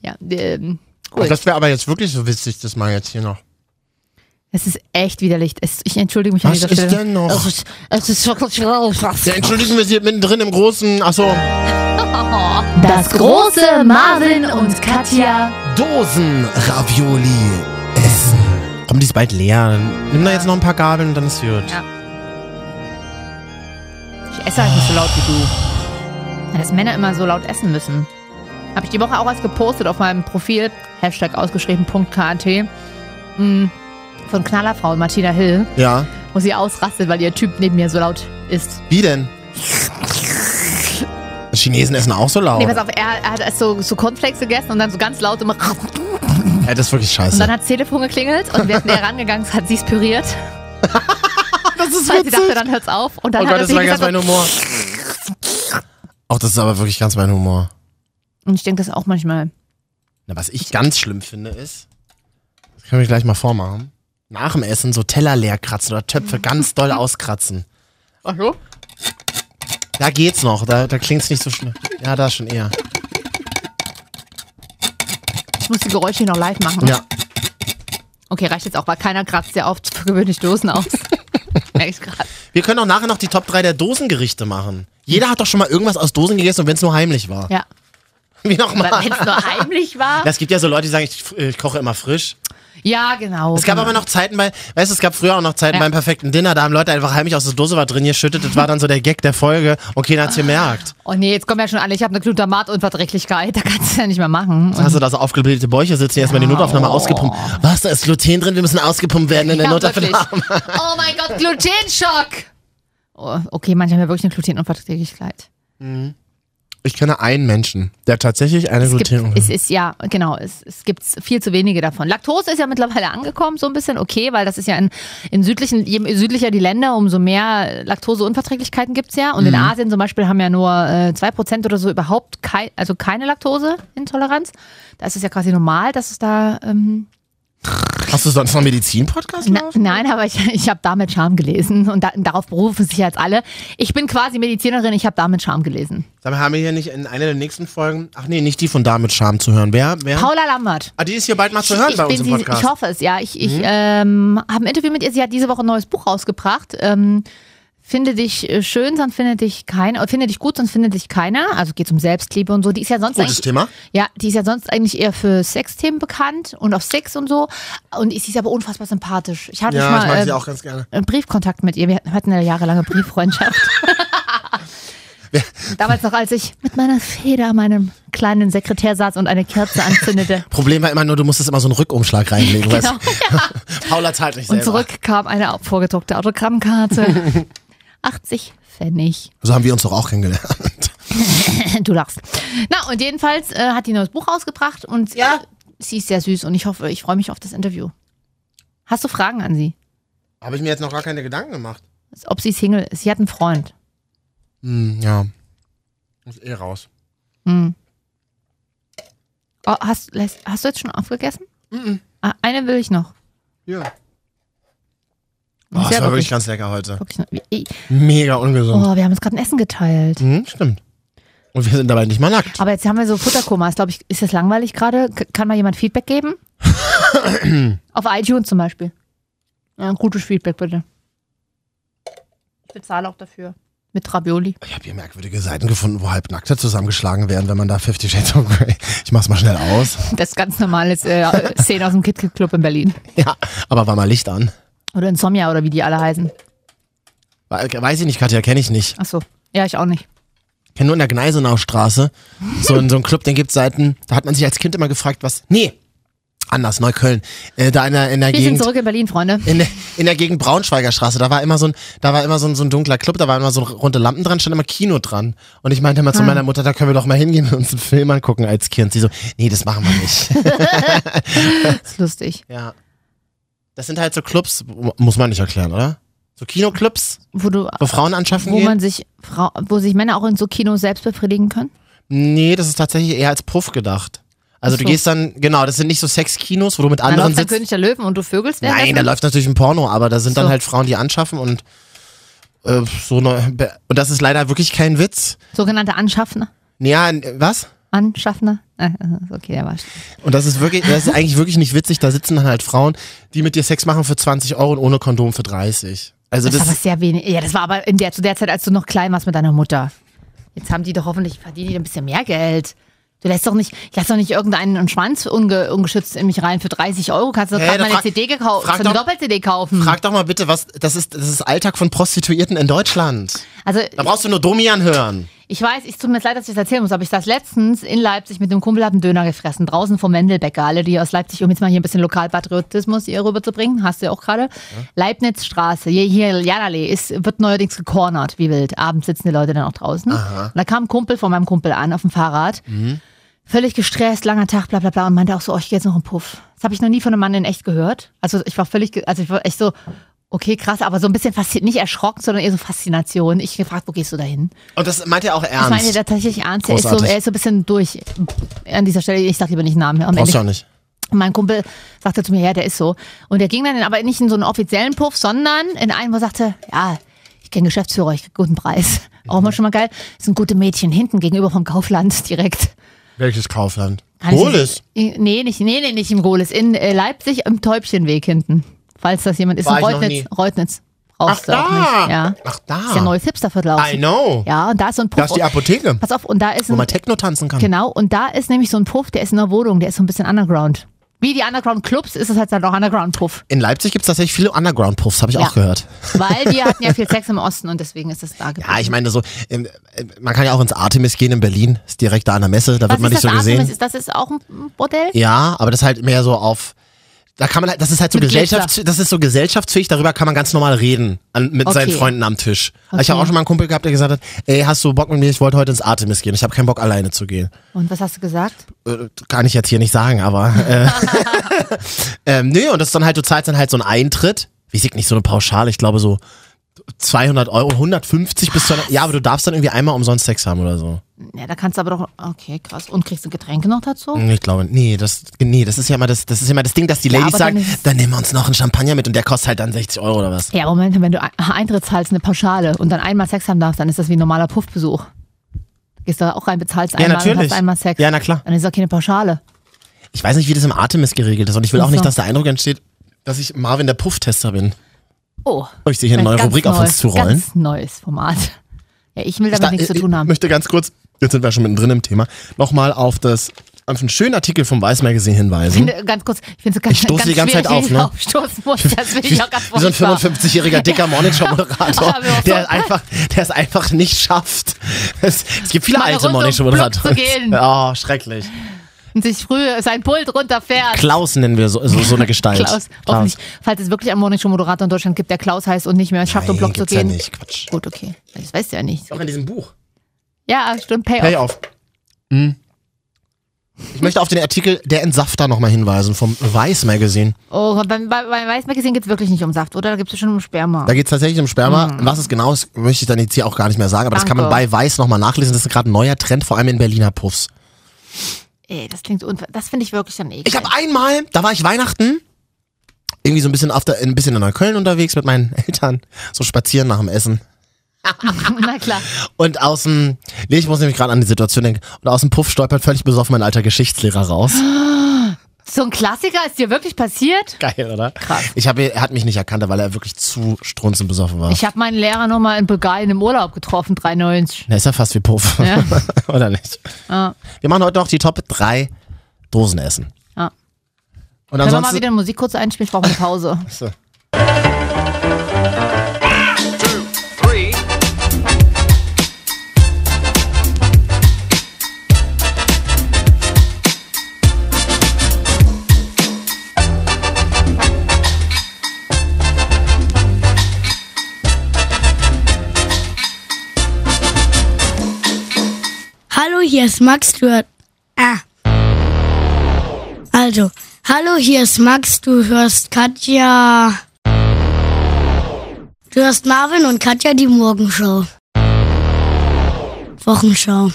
ja, ähm, cool.
Das wäre aber jetzt wirklich so witzig, das mal jetzt hier noch.
Es ist echt widerlich. Es, ich entschuldige mich an
Was
dieser
ist
Stelle.
denn noch?
Es ist, es ist wirklich raus.
Ja, entschuldigen wir Sie mittendrin im großen... Achso,
Das große Marvin und Katja.
Dosen-Ravioli essen. Komm, die ist bald leer. Nimm da jetzt noch ein paar Gabeln und dann ist gut.
Ja. Ich esse halt nicht so laut wie du. Ja, Dass Männer immer so laut essen müssen. Habe ich die Woche auch erst gepostet auf meinem Profil, Hashtag ausgeschrieben, Punkt KNT, hm, von Knallerfrau Martina Hill,
Ja.
wo sie ausrastet, weil ihr Typ neben mir so laut ist.
Wie denn? Chinesen essen auch so laut.
Nee, pass auf, er, er hat erst so, so Cornflakes gegessen und dann so ganz laut immer.
Ja, das ist wirklich
Und dann
scheiße. Oh
hat das Telefon geklingelt und wir sind herangegangen, hat sie es püriert.
Das ist
Weil sie dachte, dann hört's auf. Und dann
Oh
hat
Gott,
er
das
sie
war ganz
gesagt,
mein Humor. Auch das ist aber wirklich ganz mein Humor.
und ich denke das auch manchmal.
Na, was ich ganz schlimm finde ist, das können wir gleich mal vormachen, nach dem Essen so Teller leer kratzen oder Töpfe ganz doll auskratzen.
Ach so?
Da geht's noch, da, da klingt's nicht so schlimm. Ja, da schon eher.
Ich muss die Geräusche hier noch live machen.
Ja.
Okay, reicht jetzt auch, weil keiner kratzt ja auf gewöhnlich Dosen aus. Echt krass.
Wir können auch nachher noch die Top 3 der Dosengerichte machen. Jeder hat doch schon mal irgendwas aus Dosen gegessen und wenn es nur heimlich war.
Ja.
Wie
Wenn es
nochmal.
nur heimlich war.
Es gibt ja so Leute, die sagen, ich, ich koche immer frisch.
Ja, genau.
Es gab aber noch Zeiten bei, weißt du, es gab früher auch noch Zeiten
Ja.
beim perfekten Dinner, da haben Leute einfach heimlich aus der Dose was drin geschüttet. Das war dann so der Gag der Folge und keiner hat's gemerkt.
Oh nee, jetzt kommen ja schon alle. Ich habe eine Glutamat-Unverträglichkeit. Da kannst du ja nicht mehr machen.
Da hast du da so aufgeblähte Bäuche sitzen, erstmal die Notaufnahme ausgepumpt. Was, da ist Gluten drin, wir müssen ausgepumpt werden in der
Ja,
Notaufnahme.
wirklich. Oh mein Gott, Glutenschock! Oh, okay, manche haben ja wirklich eine Glutenunverträglichkeit.
Ich kenne einen Menschen, der tatsächlich eine
Es gibt,
Gluten...
es ist ja, genau, es, es gibt viel zu wenige davon. Laktose ist ja mittlerweile angekommen, so ein bisschen okay, weil das ist ja in, in südlichen, je südlicher die Länder, umso mehr Laktoseunverträglichkeiten gibt's ja. Und in Asien zum Beispiel haben ja nur äh, 2% oder so überhaupt kein, also keine Laktoseintoleranz. Da ist es ja quasi normal, dass es da. Ähm,
Hast du sonst noch einen Medizin-Podcast?
na,
laufen?
nein, aber ich, ich habe damit Charme gelesen und da, darauf berufen sich jetzt alle. Ich bin quasi Medizinerin, ich habe damit Charme gelesen.
Sag mal, haben wir hier nicht in einer der nächsten Folgen... Ach nee, nicht die von Da mit Charme zu hören. Wer? wer?
Paula Lambert.
Ah, die ist hier bald mal zu hören
ich
bei
bin
uns im
sie-
Podcast. Mhm.
Ich hoffe es, ja. Ich, ich ähm, habe ein Interview mit ihr. Sie hat diese Woche ein neues Buch rausgebracht. Ähm, Finde dich äh, schön, sonst findet dich keiner. Finde dich gut, sonst findet dich keiner. Also geht es um Selbstliebe und so. Die ist ja sonst
Gutes
eigentlich,
Thema.
ja, die ist ja sonst eigentlich eher für Sexthemen bekannt und auf Sex und so. Und sie ist aber unfassbar sympathisch. Ich hatte schon
Ja,
mal
ich mag sie
ähm,
auch ganz gerne.
einen Briefkontakt mit ihr. Wir hatten eine jahrelange Brieffreundschaft. Damals noch, als ich mit meiner Feder an meinem kleinen Sekretär saß und eine Kerze anzündete.
Problem war immer nur, du musstest immer so einen Rückumschlag reinlegen. weißt
Genau,
du? Paula zahlt nicht
Und
selber.
zurück kam eine vorgedruckte Autogrammkarte. 80 Pfennig.
So haben wir uns doch auch kennengelernt.
Du lachst. Na, und jedenfalls äh, hat die ein neues Buch rausgebracht und äh, sie ist sehr süß und ich hoffe, ich freue mich auf das Interview. Hast du Fragen an sie?
Habe ich mir jetzt noch gar keine Gedanken gemacht.
Ob sie Single ist? Sie hat einen Freund.
Hm, ja. Muss eh raus.
Hm. Oh, hast, lässt- hast du jetzt schon aufgegessen? Ah, eine will ich noch.
Ja.
Muss
Oh, das war
ja wirklich-
wirklich ganz lecker heute.
Wirklich noch. Wie-
Mega ungesund.
Oh, wir haben uns gerade ein Essen geteilt.
Hm, stimmt. Und wir sind dabei nicht mal nackt.
Aber jetzt haben wir so Futterkoma. Ist, glaube ich, ist das langweilig gerade? K- Kann mal jemand Feedback geben? Auf iTunes zum Beispiel. Ja, gutes Feedback bitte. Ich bezahle auch dafür. Mit Ravioli.
Ich habe hier merkwürdige Seiten gefunden, wo Halbnackte zusammengeschlagen werden, wenn man da Fifty Shades of Grey. Ich mach's mal schnell aus.
Das ist ganz normale äh, Szene aus dem Kit Kit Club in Berlin.
Ja, aber war mal Licht an.
Oder Insomnia oder wie die alle heißen.
We- äh, Weiß ich nicht, Katja, kenne ich nicht.
Achso. Ja, ich auch nicht.
Kenne nur in der Gneisenaustraße. So, ein- so ein Club, den gibt's Seiten. Da hat man sich als Kind immer gefragt, was. Nee! Anders, Neukölln. Äh, da in der, in der
Wir sind
Gegend.
zurück in Berlin, Freunde.
In der, in der Gegend Braunschweiger Straße, da war immer so ein, da war immer so ein, so ein dunkler Club, da waren immer so runde Lampen dran, stand immer Kino dran. Und ich meinte immer
Ah.
zu meiner Mutter, da können wir doch mal hingehen und uns einen Film angucken als Kind. Sie so, nee, das machen wir nicht.
Das ist lustig.
Ja. Das sind halt so Clubs, mu- muss man nicht erklären, oder? So Kinoclubs,
Wo du,
wo Frauen anschaffen
wo
gehen?
man sich, Frau, wo sich Männer auch in so Kinos selbst befriedigen können.
nee, das ist tatsächlich eher als Puff gedacht. Also
Ach
du
so.
gehst dann, genau, das sind nicht so Sexkinos, wo du mit
Dann
anderen
läuft der
sitzt.
König der Löwen und du vögelst währenddessen.
Nein, da läuft natürlich ein Porno, aber da sind dann
So.
halt Frauen, die anschaffen und äh, so eine, Be- und das ist leider wirklich kein Witz.
Sogenannte Anschaffner.
Nee, Ja, n- äh, was?
Anschaffner? Äh, äh, Okay, der war
Und das ist wirklich, das ist eigentlich wirklich nicht witzig. Da sitzen dann halt Frauen, die mit dir Sex machen für 20 Euro und ohne Kondom für 30. Also
das,
das,
war aber sehr wenig. Ja, das war aber in der, zu der Zeit, als du noch klein warst mit deiner Mutter. Jetzt haben die doch hoffentlich verdienen die ein bisschen mehr Geld. Du lässt doch nicht, ich lass doch nicht irgendeinen Schwanz unge, ungeschützt in mich rein für 30 Euro. Kannst du doch
Hä,
gerade
da
mal eine
frag-
CD gekauft,
frag
eine
doch-
Doppel-CD kaufen.
frag doch mal bitte, was, das ist, das ist Alltag von Prostituierten in Deutschland.
also
Da brauchst du nur Domian hören.
ich weiß, ich tut mir jetzt leid, dass ich das erzählen muss, aber ich saß letztens in Leipzig mit einem Kumpel, hab einen Döner gefressen, draußen vom Mendelbäcker. Alle, die aus Leipzig, um jetzt mal hier ein bisschen Lokalpatriotismus hier rüberzubringen, hast du ja auch gerade. Leibnizstraße, hier, hier Janallee, ist, wird neuerdings gekornert, wie wild. Abends sitzen die Leute dann auch draußen. Und da kam ein Kumpel von meinem Kumpel an auf dem Fahrrad. Völlig gestresst, langer Tag, bla bla bla. Und meinte auch so, oh, ich gehe jetzt noch einen Puff. Das habe ich noch nie von einem Mann in echt gehört. Also ich war völlig, ge- also ich war echt so, okay, krass, aber so ein bisschen fasziniert, nicht erschrocken, sondern eher so Faszination. Ich gefragt, wo gehst du dahin?
Und das meint er auch
Ich meine
ernst.
tatsächlich ernst. Er ist, so,
Großartig.
er ist so ein bisschen durch äh, an dieser Stelle. Ich sag lieber nicht Namen. Am
Brauchst du auch
Ende.
nicht.
Mein Kumpel sagte zu mir, ja, der ist so. Und er ging dann in, aber nicht in so einen offiziellen Puff, sondern in einen, wo er sagte, ja, ich kenne Geschäftsführer, ich krieg guten Preis.
Mhm.
Auch mal schon mal geil. Das sind gute Mädchen hinten gegenüber vom Kaufland direkt.
Welches Kaufland?
Kann ich
Holes.
nicht- Nee, nicht, nee, nee, nicht im Goles. In äh, Leipzig im Täubchenweg hinten. Falls das jemand ist.
War
in
ich noch
Reutnitz.
nie.
Reutnitz.
Ach
Brauchst du auch
da.
nicht. Ja.
Ach da.
Ist ja ein neues Hipsterviertel auch.
I know.
Ja, und da ist so ein Puff.
Da ist die Apotheke,
Pass auf, und da ist
wo
ein,
man Techno tanzen kann.
Genau, und da ist nämlich so ein Puff, der ist in der Wohnung, der ist so ein bisschen underground. Wie die Underground-Clubs ist es halt dann auch Underground-Puff.
In Leipzig gibt es tatsächlich viele Underground-Puffs, habe ich
Ja.
auch gehört.
Weil wir hatten ja viel Sex im Osten und deswegen ist es da geblieben.
Ja, ich meine so, ähm, äh, man kann ja auch ins Artemis gehen in Berlin, ist direkt da an der Messe, da
Was
wird man
ist
nicht so
das
gesehen.
Artemis? Ist das ist auch ein Bordell?
Ja, aber das ist halt mehr so auf. Da kann man halt, das ist halt so
Mit
gesellschafts, das ist so gesellschaftsfähig, darüber kann man ganz normal reden an, mit seinen
Okay.
Freunden am Tisch. Ich
Okay.
habe auch schon mal einen Kumpel gehabt, der gesagt hat, ey, hast du Bock mit mir? Ich wollte heute ins Artemis gehen. Ich habe keinen Bock alleine zu gehen.
Und was hast du gesagt?
Äh, kann ich jetzt hier nicht sagen, aber äh, ähm, nee, und das ist dann halt, du zahlst dann halt so einen Eintritt. Wie sieht nicht so eine Pauschale, ich glaube so 200 Euro, 150 bis 200, ja, aber du darfst dann irgendwie einmal umsonst Sex haben oder so.
Ja, da kannst du aber doch. Okay, krass. Und kriegst du Getränke noch dazu?
Mm, Ich glaube, nee, das, nee, das ist ja immer das, das ist ja immer das Ding, dass die
Ja,
Ladies
aber
sagen,
dann
dann,
ist-
nehmen wir uns noch einen Champagner mit und der kostet halt dann 60 Euro oder was.
Ja, Moment, wenn du ein- Eintritt zahlst, eine Pauschale und dann einmal Sex haben darfst, dann ist das wie ein normaler Puffbesuch. Gehst du auch rein, bezahlst
Ja,
einmal und
natürlich.
hast einmal Sex.
Ja, na klar.
Dann ist auch keine Pauschale.
Ich weiß nicht, wie das im Artemis geregelt ist und ich will
Ach
auch nicht,
so.
dass der Eindruck entsteht, dass ich Marvin der Pufftester bin.
Oh.
Euch sicher eine neue
ganz
Rubrik auf
neues,
uns zu rollen.
Ganz neues Format. Ja, ich will damit
Da-
nichts zu
ich-
tun haben.
Ich möchte ganz kurz, jetzt sind wir schon mittendrin im Thema, nochmal auf das auf einen schönen Artikel vom Weiß Magazine
Ich
hinweisen.
finde, äh, ganz kurz, ich finde es ganz,
Ich stoße
ganz
die ganze
schwierig,
Zeit auf,
wie ich
ne?
aufstoßen muss. Das finde
Wie,
ich auch ganz
wie so ein
furchtbar.
55-jähriger dicker Morningshow-Moderator,
Aber auch so-
der, es einfach, der es einfach nicht schafft. Es, es gibt viele
Mal
alte
rund um
Morningshow-Moderatoren.
Block zu gehen.
Oh, schrecklich.
Und sich früh sein Pult runterfährt.
Klaus nennen wir so, so, so eine Gestalt.
Klaus, hoffentlich. Falls es wirklich einen Morningshow-Moderator in Deutschland gibt, der Klaus heißt und nicht mehr es schafft, um
Nein,
Block zu
gibt's ja
gehen.
nicht, Quatsch.
Gut, okay. Das weißt du ja nicht.
Auch in diesem Buch.
Ja, stimmt, Payoff.
Hey, auf. Ich möchte auf den Artikel Der Entsafter nochmal hinweisen vom Weiß Magazine.
Oh, beim, beim, beim Weißmagazin geht es wirklich nicht um Saft, oder? Da gibt es schon um Sperma.
Da geht es tatsächlich um Sperma. Was es genau ist, möchte ich dann jetzt hier auch gar nicht mehr sagen, aber das kann man
Hm. Danke.
bei Weiß nochmal nachlesen. Das ist gerade ein neuer Trend, vor allem in Berliner Puffs.
Ey, das klingt unver... Das finde ich wirklich dann eklig.
Ich habe einmal, da war ich Weihnachten, irgendwie so ein bisschen, auf der, ein bisschen in Neukölln unterwegs mit meinen Eltern, so spazieren nach dem Essen.
Na klar.
Und aus dem, nee, ich muss nämlich gerade an die Situation denken, und aus dem Puff stolpert völlig besoffen mein alter Geschichtslehrer raus.
So ein Klassiker ist dir wirklich passiert?
Geil, oder?
Krass.
Ich hab, er hat mich nicht erkannt, weil er wirklich zu strunzend besoffen war.
Ich habe meinen Lehrer nochmal in Bulgarien im Urlaub getroffen, 93.
Na, ist ja fast wie Puff.
Ja. Ah.
oder nicht?
Ja.
Wir machen heute noch die Top 3 Dosen essen.
Ja.
Und
Können wir mal
ansonsten,
wieder Musik kurz einspielen? Ich brauche eine Pause.
Hallo, hier ist Max, du hörst... Ah. Also, hallo, hier ist Max, du hörst Katja... Du hörst Marvin und Katja die Morgenshow. Wochenschau.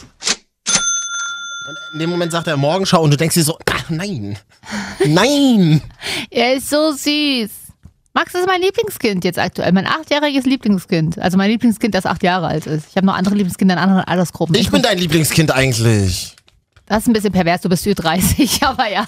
in dem Moment sagt er Morgenschau und du denkst dir so, ach nein, nein.
Er ist so süß. Max ist mein Lieblingskind jetzt aktuell. Mein achtjähriges Lieblingskind. Also mein Lieblingskind, das acht Jahre alt ist. Ich habe noch andere Lieblingskinder in anderen Altersgruppen.
Ich bin dein Lieblingskind eigentlich.
Das ist ein bisschen pervers, du bist über 30, aber ja.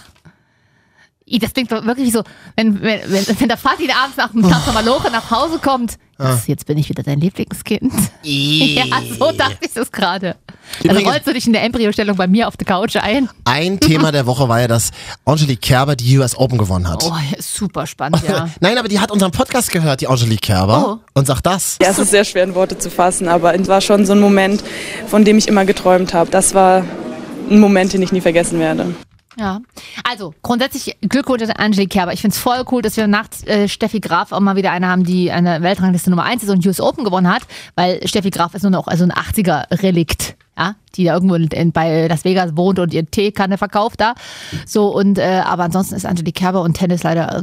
I, Das klingt doch wirklich so, wenn, wenn, wenn, wenn der Vati da abends nach dem Tag nochmal Loche nach Hause kommt.
Ah.
Jetzt, jetzt bin ich wieder dein Lieblingskind. Ja, so dachte ich das gerade. Dann
Übrigens-
rollst du dich in der Embryostellung bei mir auf der Couch ein.
Ein Thema der Woche war ja, dass Angelique Kerber die US Open gewonnen hat.
Oh, ja, ist super spannend, ja. Oh.
Nein, aber die hat unseren Podcast gehört, die Angelique Kerber, und sagt das.
Ja, es ist sehr schwer in Worte zu fassen, aber es war schon so ein Moment, von dem ich immer geträumt habe. Das war ein Moment, den ich nie vergessen werde.
Ja. Also, grundsätzlich Glückwunsch an Angelique Kerber. Ich find's voll cool, dass wir nach äh, Steffi Graf auch mal wieder eine haben, die eine Weltrangliste Nummer 1 ist und US Open gewonnen hat, weil Steffi Graf ist nur noch also ein 80er-Relikt. Ja, die da irgendwo in, in, bei Las Vegas wohnt und ihr Teekanne verkauft da. So und äh, aber ansonsten ist Angelique Kerber und Tennis leider.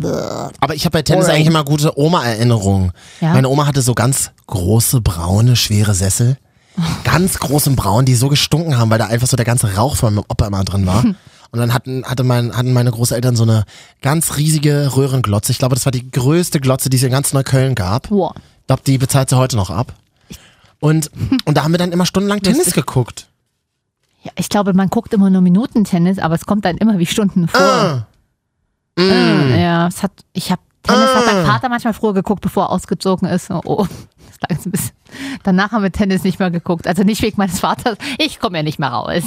äh,
Aber ich habe bei Tennis eigentlich immer gute Oma-Erinnerungen.
Ja.
Meine Oma hatte so ganz große, braune, schwere Sessel. Ganz großen Braun, die so gestunken haben, weil da einfach so der ganze Rauch von meinem Opa immer drin war. Und dann hatten, hatte mein, hatten meine Großeltern so eine ganz riesige Röhrenglotze. Ich glaube, das war die größte Glotze, die es in ganz Neukölln gab.
Wow.
Ich glaube, die bezahlt sie heute noch ab. Und, und da haben wir dann immer stundenlang Tennis geguckt.
Ja, ich glaube, man guckt immer nur Minuten-Tennis, aber es kommt dann immer wie Stunden vor. Äh, Ja, es hat, ich habe Tennis hat mein Vater manchmal früher geguckt, bevor er ausgezogen ist. Oh, oh. das klang jetzt ein bisschen. Danach haben wir Tennis nicht mehr geguckt. Also nicht wegen meines Vaters. Ich komme ja nicht mehr raus.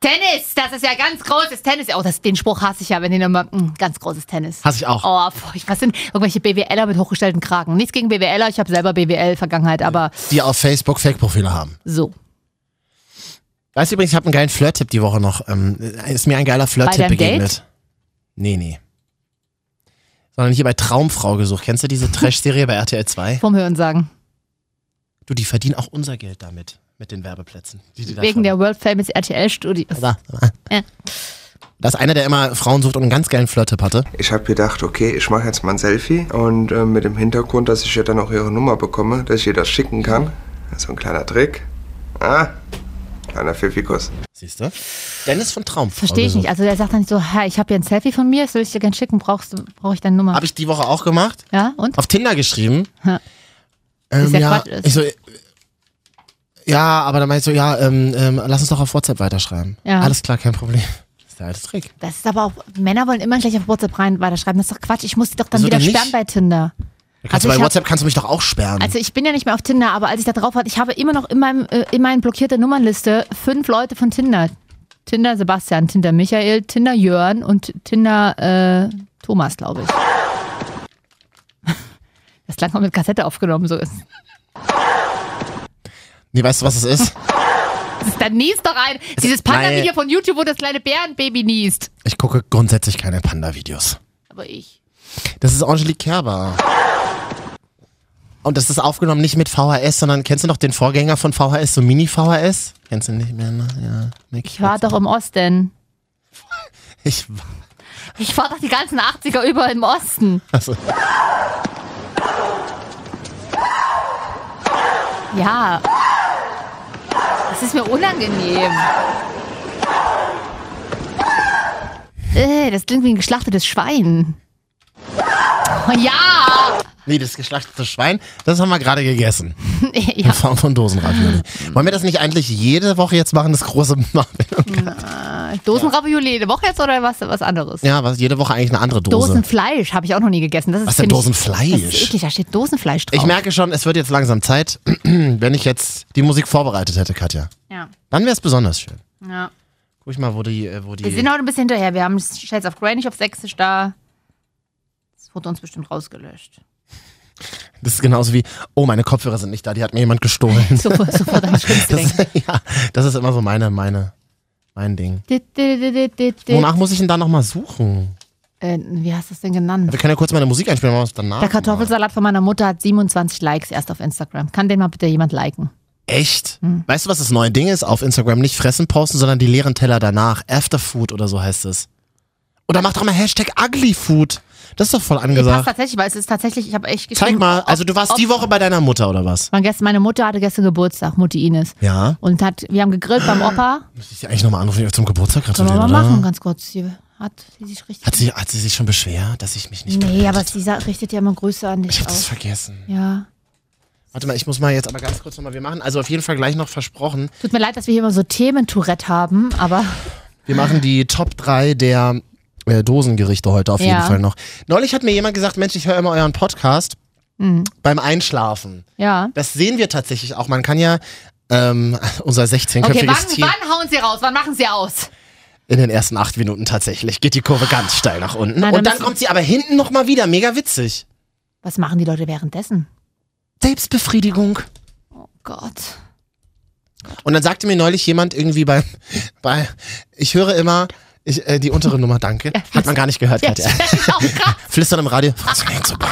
Tennis, das ist ja ganz großes Tennis. Oh, das, den Spruch hasse ich ja, wenn den immer, mm, ganz großes Tennis.
Hasse ich auch.
Oh, furchtbar. was sind irgendwelche BWLer mit hochgestellten Kragen? Nichts gegen BWLer, ich habe selber BWL-Vergangenheit, aber
Die auf Facebook Fake-Profile haben.
so.
Weißt du übrigens, ich habe einen geilen Flirt-Tipp die Woche noch. Ähm, ist mir ein geiler
Bei
Flirt-Tipp
deinem
begegnet. Nee, nee. Sondern hier bei Traumfrau gesucht. Kennst du diese Trash-Serie bei RTL 2?
Vom Hören sagen.
Du, die verdienen auch unser Geld damit. Mit den Werbeplätzen. Die die da
Wegen
ver-
der World Famous RTL-Studios.
Da,
Ja.
da ist einer, der immer Frauen sucht und einen ganz geilen Flirt-Tipp hatte.
Ich habe gedacht, okay, ich mache jetzt mal ein Selfie und äh, mit dem Hintergrund, dass ich ja dann auch ihre Nummer bekomme, dass ich ihr das schicken kann. So ein kleiner Trick. Ah, kleiner Pfiffikuss.
Siehst du? Dennis von Traumfrau.
Verstehe ich
gesucht.
nicht. Also der sagt dann nicht so, hey, ich habe hier ein Selfie von mir, das soll ich dir gerne schicken, brauchst du, brauche ich deine Nummer.
Habe ich die Woche auch gemacht.
ja, und?
Auf Tinder geschrieben.
Ja.
Ähm,
ja
ja,
Quatsch ist.
ich so, äh, ja, aber dann meinst du, ja, ähm, ähm, lass uns doch auf WhatsApp weiterschreiben.
Ja.
Alles klar, kein Problem. Das ist der alte Trick.
Das ist aber auch, Männer wollen immer gleich auf WhatsApp rein weiterschreiben. Das ist doch Quatsch. Ich muss die doch dann
Wieso
wieder
denn nicht?
sperren bei Tinder.
Da Kannst du
Also
bei
ich hab-
WhatsApp kannst du mich doch auch sperren.
Also ich bin ja nicht mehr auf Tinder, aber als ich da drauf war, ich habe immer noch in meinem äh, in meinen blockierten Nummernliste fünf Leute von Tinder. Tinder Sebastian, Tinder Michael, Tinder Jörn und Tinder äh, Thomas, glaube ich. Das klang auch mit Kassette aufgenommen, so ist.
nee, weißt du, was es ist?
Das ist dann niest doch ein. Dieses Panda-Video von YouTube, wo das kleine Bärenbaby niest.
Ich gucke grundsätzlich keine Panda-Videos.
Aber ich.
Das ist Angelique Kerber. Und das ist aufgenommen nicht mit VHS, sondern kennst du noch den Vorgänger von VHS, so Mini-VHS? Kennst du nicht mehr, ne? Ja, Nick.
Ich war doch im Osten.
Ich,
Ich war doch die ganzen 80er über im Osten.
also,
Ja. Das ist mir unangenehm. Äh, das klingt wie ein geschlachtetes Schwein. Oh, ja!
nee, das geschlachtete Schwein, das haben wir gerade gegessen. In
ja.
Form von Dosenravioli. Wollen wir das nicht eigentlich jede Woche jetzt machen, das große Marvin?
Dosenravioli jede Woche jetzt oder was, was anderes?
Ja, was, jede Woche eigentlich eine andere Dose.
Dosenfleisch habe ich auch noch nie gegessen. Das ist
Was denn
finde ich-
Dosenfleisch?
Das ist eklig, da steht Dosenfleisch drauf.
Ich merke schon, es wird jetzt langsam Zeit, wenn ich jetzt die Musik vorbereitet hätte, Katja.
Ja.
Dann wäre es besonders schön.
ja.
Guck ich mal, wo die, äh, wo die.
Wir sind heute ein bisschen hinterher. Wir haben Shades of Grey nicht auf Sächsisch da. Das wurde uns bestimmt rausgelöscht.
Das ist genauso wie, oh, meine Kopfhörer sind nicht da, die hat mir jemand gestohlen.
So, so verdammt schlimm zu
das,
denken.
ja, das ist immer so meine, meine, mein Ding.
Dit, dit, dit, dit, dit, dit.
Wonach muss ich denn da nochmal suchen?
Äh, wie hast du das denn genannt?
Wir können ja kurz meine Musik einspielen, machen wir es danach.
Der Kartoffelsalat von meiner Mutter hat 27 Likes erst auf Instagram. Kann den mal bitte jemand liken?
Echt?
Hm.
Weißt du, was das neue Ding ist? Auf Instagram nicht fressen posten, sondern die leeren Teller danach. Afterfood oder so heißt es. Oder mach doch mal Hashtag uglyfood. Das ist doch voll
Nee, passt halt
angesagt.
tatsächlich, weil es ist tatsächlich, ich habe echt
Zeig
geschrieben.
mal, also du warst
ob-
die Woche bei deiner Mutter oder was?
Mein gestern, meine Mutter hatte gestern Geburtstag, Mutti Ines.
Ja.
Und hat, wir haben gegrillt beim Opa.
Muss ich sie eigentlich nochmal anrufen, ihr zum Geburtstag
Sollen wir
gratulieren,
mal
oder?
machen, ganz kurz. Sie hat sie sich richtig.
Hat sie, hat sie sich schon beschwert, dass ich mich nicht
nee,
gemeldet
aber sie sa- richtet ja immer Grüße an
Ich
dich
hab das
aus.
vergessen.
Ja.
Warte mal, ich muss mal jetzt aber ganz kurz nochmal, wir machen, also auf jeden Fall gleich noch versprochen,
Tut mir leid, dass wir hier immer so Themen-Tourette haben, aber
wir machen die Top 3 der äh, Dosengerichte heute auf
Ja.
jeden Fall noch. Neulich hat mir jemand gesagt, Mensch, ich höre immer euren Podcast
Mhm.
beim Einschlafen.
ja.
Das sehen wir tatsächlich auch. Man kann ja ähm, unser 16-köpfiges
Okay, wann,
Team
wann hauen sie raus? Wann machen sie aus?
in den ersten acht Minuten tatsächlich geht die Kurve ganz steil nach unten.
Nein, dann
Und dann
müssen-
kommt sie aber hinten nochmal wieder. Mega witzig.
Was machen die Leute währenddessen?
Selbstbefriedigung.
Oh Gott.
Und dann sagte mir neulich jemand irgendwie bei, bei ich höre immer ich, äh, die untere Nummer, danke. Hat man gar nicht gehört,
Ja,
Katja.
das ist auch krass.
Flüstern im Radio. Funktioniert super.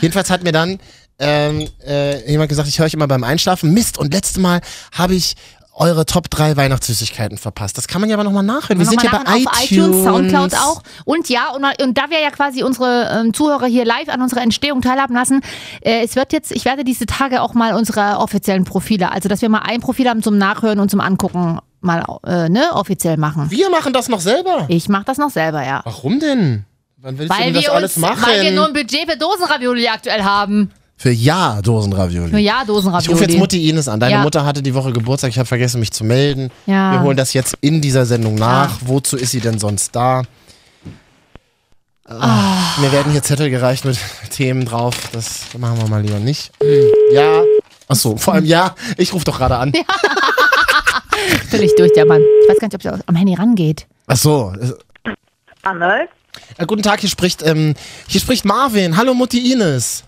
Jedenfalls hat mir dann ähm, äh, jemand gesagt, ich höre euch immer beim Einschlafen. Mist, und letztes Mal habe ich eure Top 3 Weihnachtssüßigkeiten verpasst. Das kann man ja aber nochmal nachhören. Wir
Nochmal
sind ja bei
nachhören
iTunes.
auf iTunes, Soundcloud auch. Und ja, und, und da wir ja quasi unsere ähm, Zuhörer hier live an unserer Entstehung teilhaben lassen, äh, es wird jetzt, ich werde diese Tage auch mal unsere offiziellen Profile, also dass wir mal ein Profil haben zum Nachhören und zum Angucken, mal äh, ne, offiziell machen.
Wir machen das noch selber.
Ich mache das noch selber, ja.
Warum denn? Wann willst du
Weil
denn das
wir,
alles
uns,
machen?
weil wir nur ein Budget für Dosenravioli aktuell haben.
Für ja, Dosenravioli.
Nur ja,
Ich rufe
Dosenravioli.
jetzt Mutti Ines an. Deine
Ja.
Mutter hatte die Woche Geburtstag. Ich habe vergessen, mich zu melden.
Ja.
Wir holen das jetzt in dieser Sendung nach. Wozu ist sie denn sonst da? Ah, Mir werden hier Zettel gereicht mit Themen drauf. Das machen wir mal lieber nicht. Ja. Achso, vor allem ja. Ich rufe doch gerade an.
Völlig durch, der Mann. Ich weiß gar nicht, ob der am Handy rangeht.
Achso.
Arnold?
Äh, guten Tag, hier spricht, ähm, hier spricht Marvin. Hallo Mutti Ines.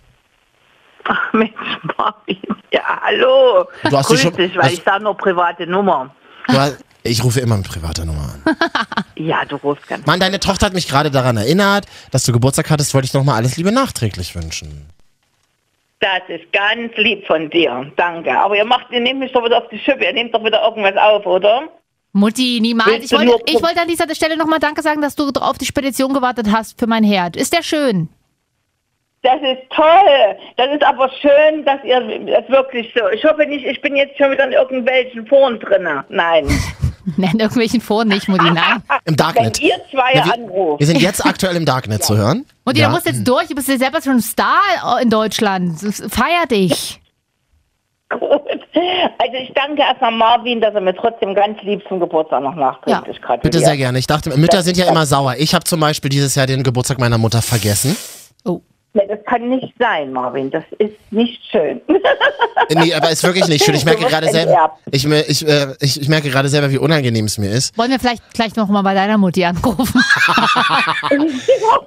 Ach Mensch, Marvin. Ja, hallo.
Du hast dich
Grüß
schon-
dich, weil
hast-
ich da nur Oh, private Nummer.
Du hast, ich rufe immer mit privater Nummer an.
Ja, du rufst ganz.
Mann, deine Tochter hat mich gerade daran erinnert, dass du Geburtstag hattest. Wollte ich nochmal alles Liebe nachträglich wünschen.
Das ist ganz lieb von dir. Danke. Aber ihr macht, ihr nehmt mich doch wieder auf die Schippe. Ihr nehmt doch wieder irgendwas auf, oder?
Mutti, niemals.
Willst
Ich
du
wollte,
nur-
ich wollte an dieser Stelle nochmal Danke sagen, dass du auf die Spedition gewartet hast für mein Herd. Ist der schön?
Das ist toll. Das ist aber schön, dass ihr das wirklich so. Ich hoffe nicht, ich bin jetzt schon wieder in irgendwelchen Foren drinne. Nein.
Nenn irgendwelchen Foren nicht, Mutti, nein.
Im
Wenn
Darknet.
ihr zwei
Na, wir-
anruft.
Wir sind jetzt aktuell im Darknet zu hören.
Mutti, du musst jetzt durch. Du bist ja selber schon ein Star in Deutschland. Feier dich.
Gut. Also ich danke erstmal Marvin, dass er mir trotzdem ganz lieb zum Geburtstag noch nachträglich gratuliert.
Bitte sehr gerne. Ich dachte, Mütter sind ja immer sauer. Ich habe zum Beispiel dieses Jahr den Geburtstag meiner Mutter vergessen.
Oh.
Nee, das kann nicht sein, Marvin. Das ist nicht schön.
Nee, aber ist wirklich nicht schön. Ich merke
Du wirst
gerade selber,
enterbt.
ich, me- ich, äh, ich, ich merke gerade selber, wie unangenehm es mir ist.
Wollen wir vielleicht gleich nochmal bei deiner Mutti anrufen?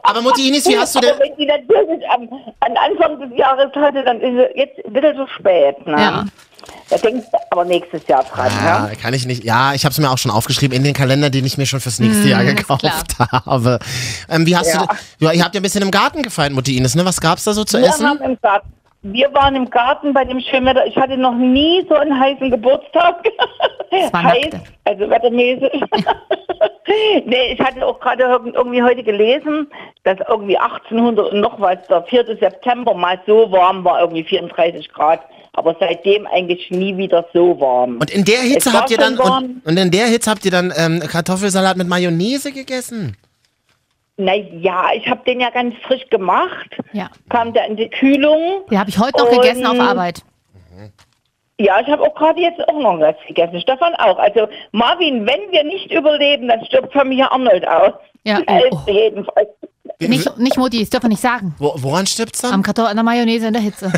Aber Mutti Ines, wie hast du denn-
Aber Wenn die natürlich am, am Anfang des Jahres hatte, dann ist es jetzt wieder so spät. Ne?
Ja. Ah.
Da denkst du aber nächstes Jahr dran.
Ja, kann ich nicht. Ja, ich habe es mir auch schon aufgeschrieben in den Kalender, den ich mir schon fürs nächste
Mm,
Jahr
ist
gekauft habe. Ähm, wie hast
Ja.
du denn, ja, ihr habt ja ein bisschen im Garten gefeiert, Mutti Ines, ne? Was gab's da so zu
wir
essen?
Haben im Garten, wir waren im Garten bei dem schönen Wetter. Ich hatte noch nie so einen heißen Geburtstag.
war
Heiß, also wettermäßig. nee, ich hatte auch gerade irg- irgendwie heute gelesen, dass irgendwie 1800 und noch was, der 4. September mal so warm war, irgendwie 34 Grad. Aber seitdem eigentlich nie wieder so warm.
Und in der
Es
Hitze
war
habt ihr
schon
dann
warm.
und, und in der Hitze habt ihr dann ähm, Kartoffelsalat mit Mayonnaise gegessen?
Na ja, ich habe den ja ganz frisch gemacht.
Ja.
Kam der in die Kühlung.
Die habe ich heute noch
Und-
gegessen auf Arbeit.
Ja, ich habe auch gerade jetzt auch noch was gegessen. Stefan auch. Also Marvin, wenn wir nicht überleben, dann stirbt Familie Arnold aus.
Ja,
Also jedenfalls.
Nicht, nicht Mutti, das dürfen wir nicht sagen.
Wo, woran stirbt's dann?
Am Karton, an der Mayonnaise in der Hitze.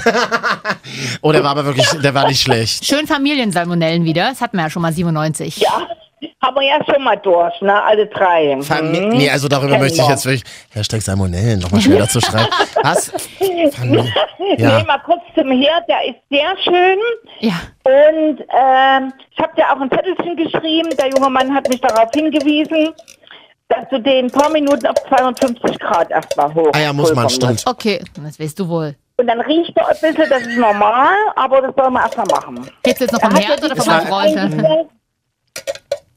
Oh, der war aber wirklich, der war nicht schlecht.
Schön Familiensalmonellen wieder. Das hatten wir ja schon mal 97.
Ja, haben wir ja schon mal durch, ne? Alle drei.
Fam
Hm?
Nee, also darüber
Kennen
möchte ich
wir.
jetzt wirklich. Hashtag Salmonellen nochmal schnell dazu schreiben. Was? Fam- Ja.
Nee, mal Mhm. kurz zum Herd, der ist sehr schön. Und ähm, ich habe dir auch ein Zettelchen geschrieben, der junge Mann hat mich darauf hingewiesen, dass du den ein paar Minuten auf 250 Grad erstmal hoch.
Ah ja, muss man,
pulvern musst.
stimmt.
Okay, das weißt du wohl.
Und dann riecht er ein bisschen, das ist normal, aber das soll man erstmal machen.
Geht's jetzt noch
Er
vom
hat ja
Herd
die
oder von meinem
Zeit
Freund?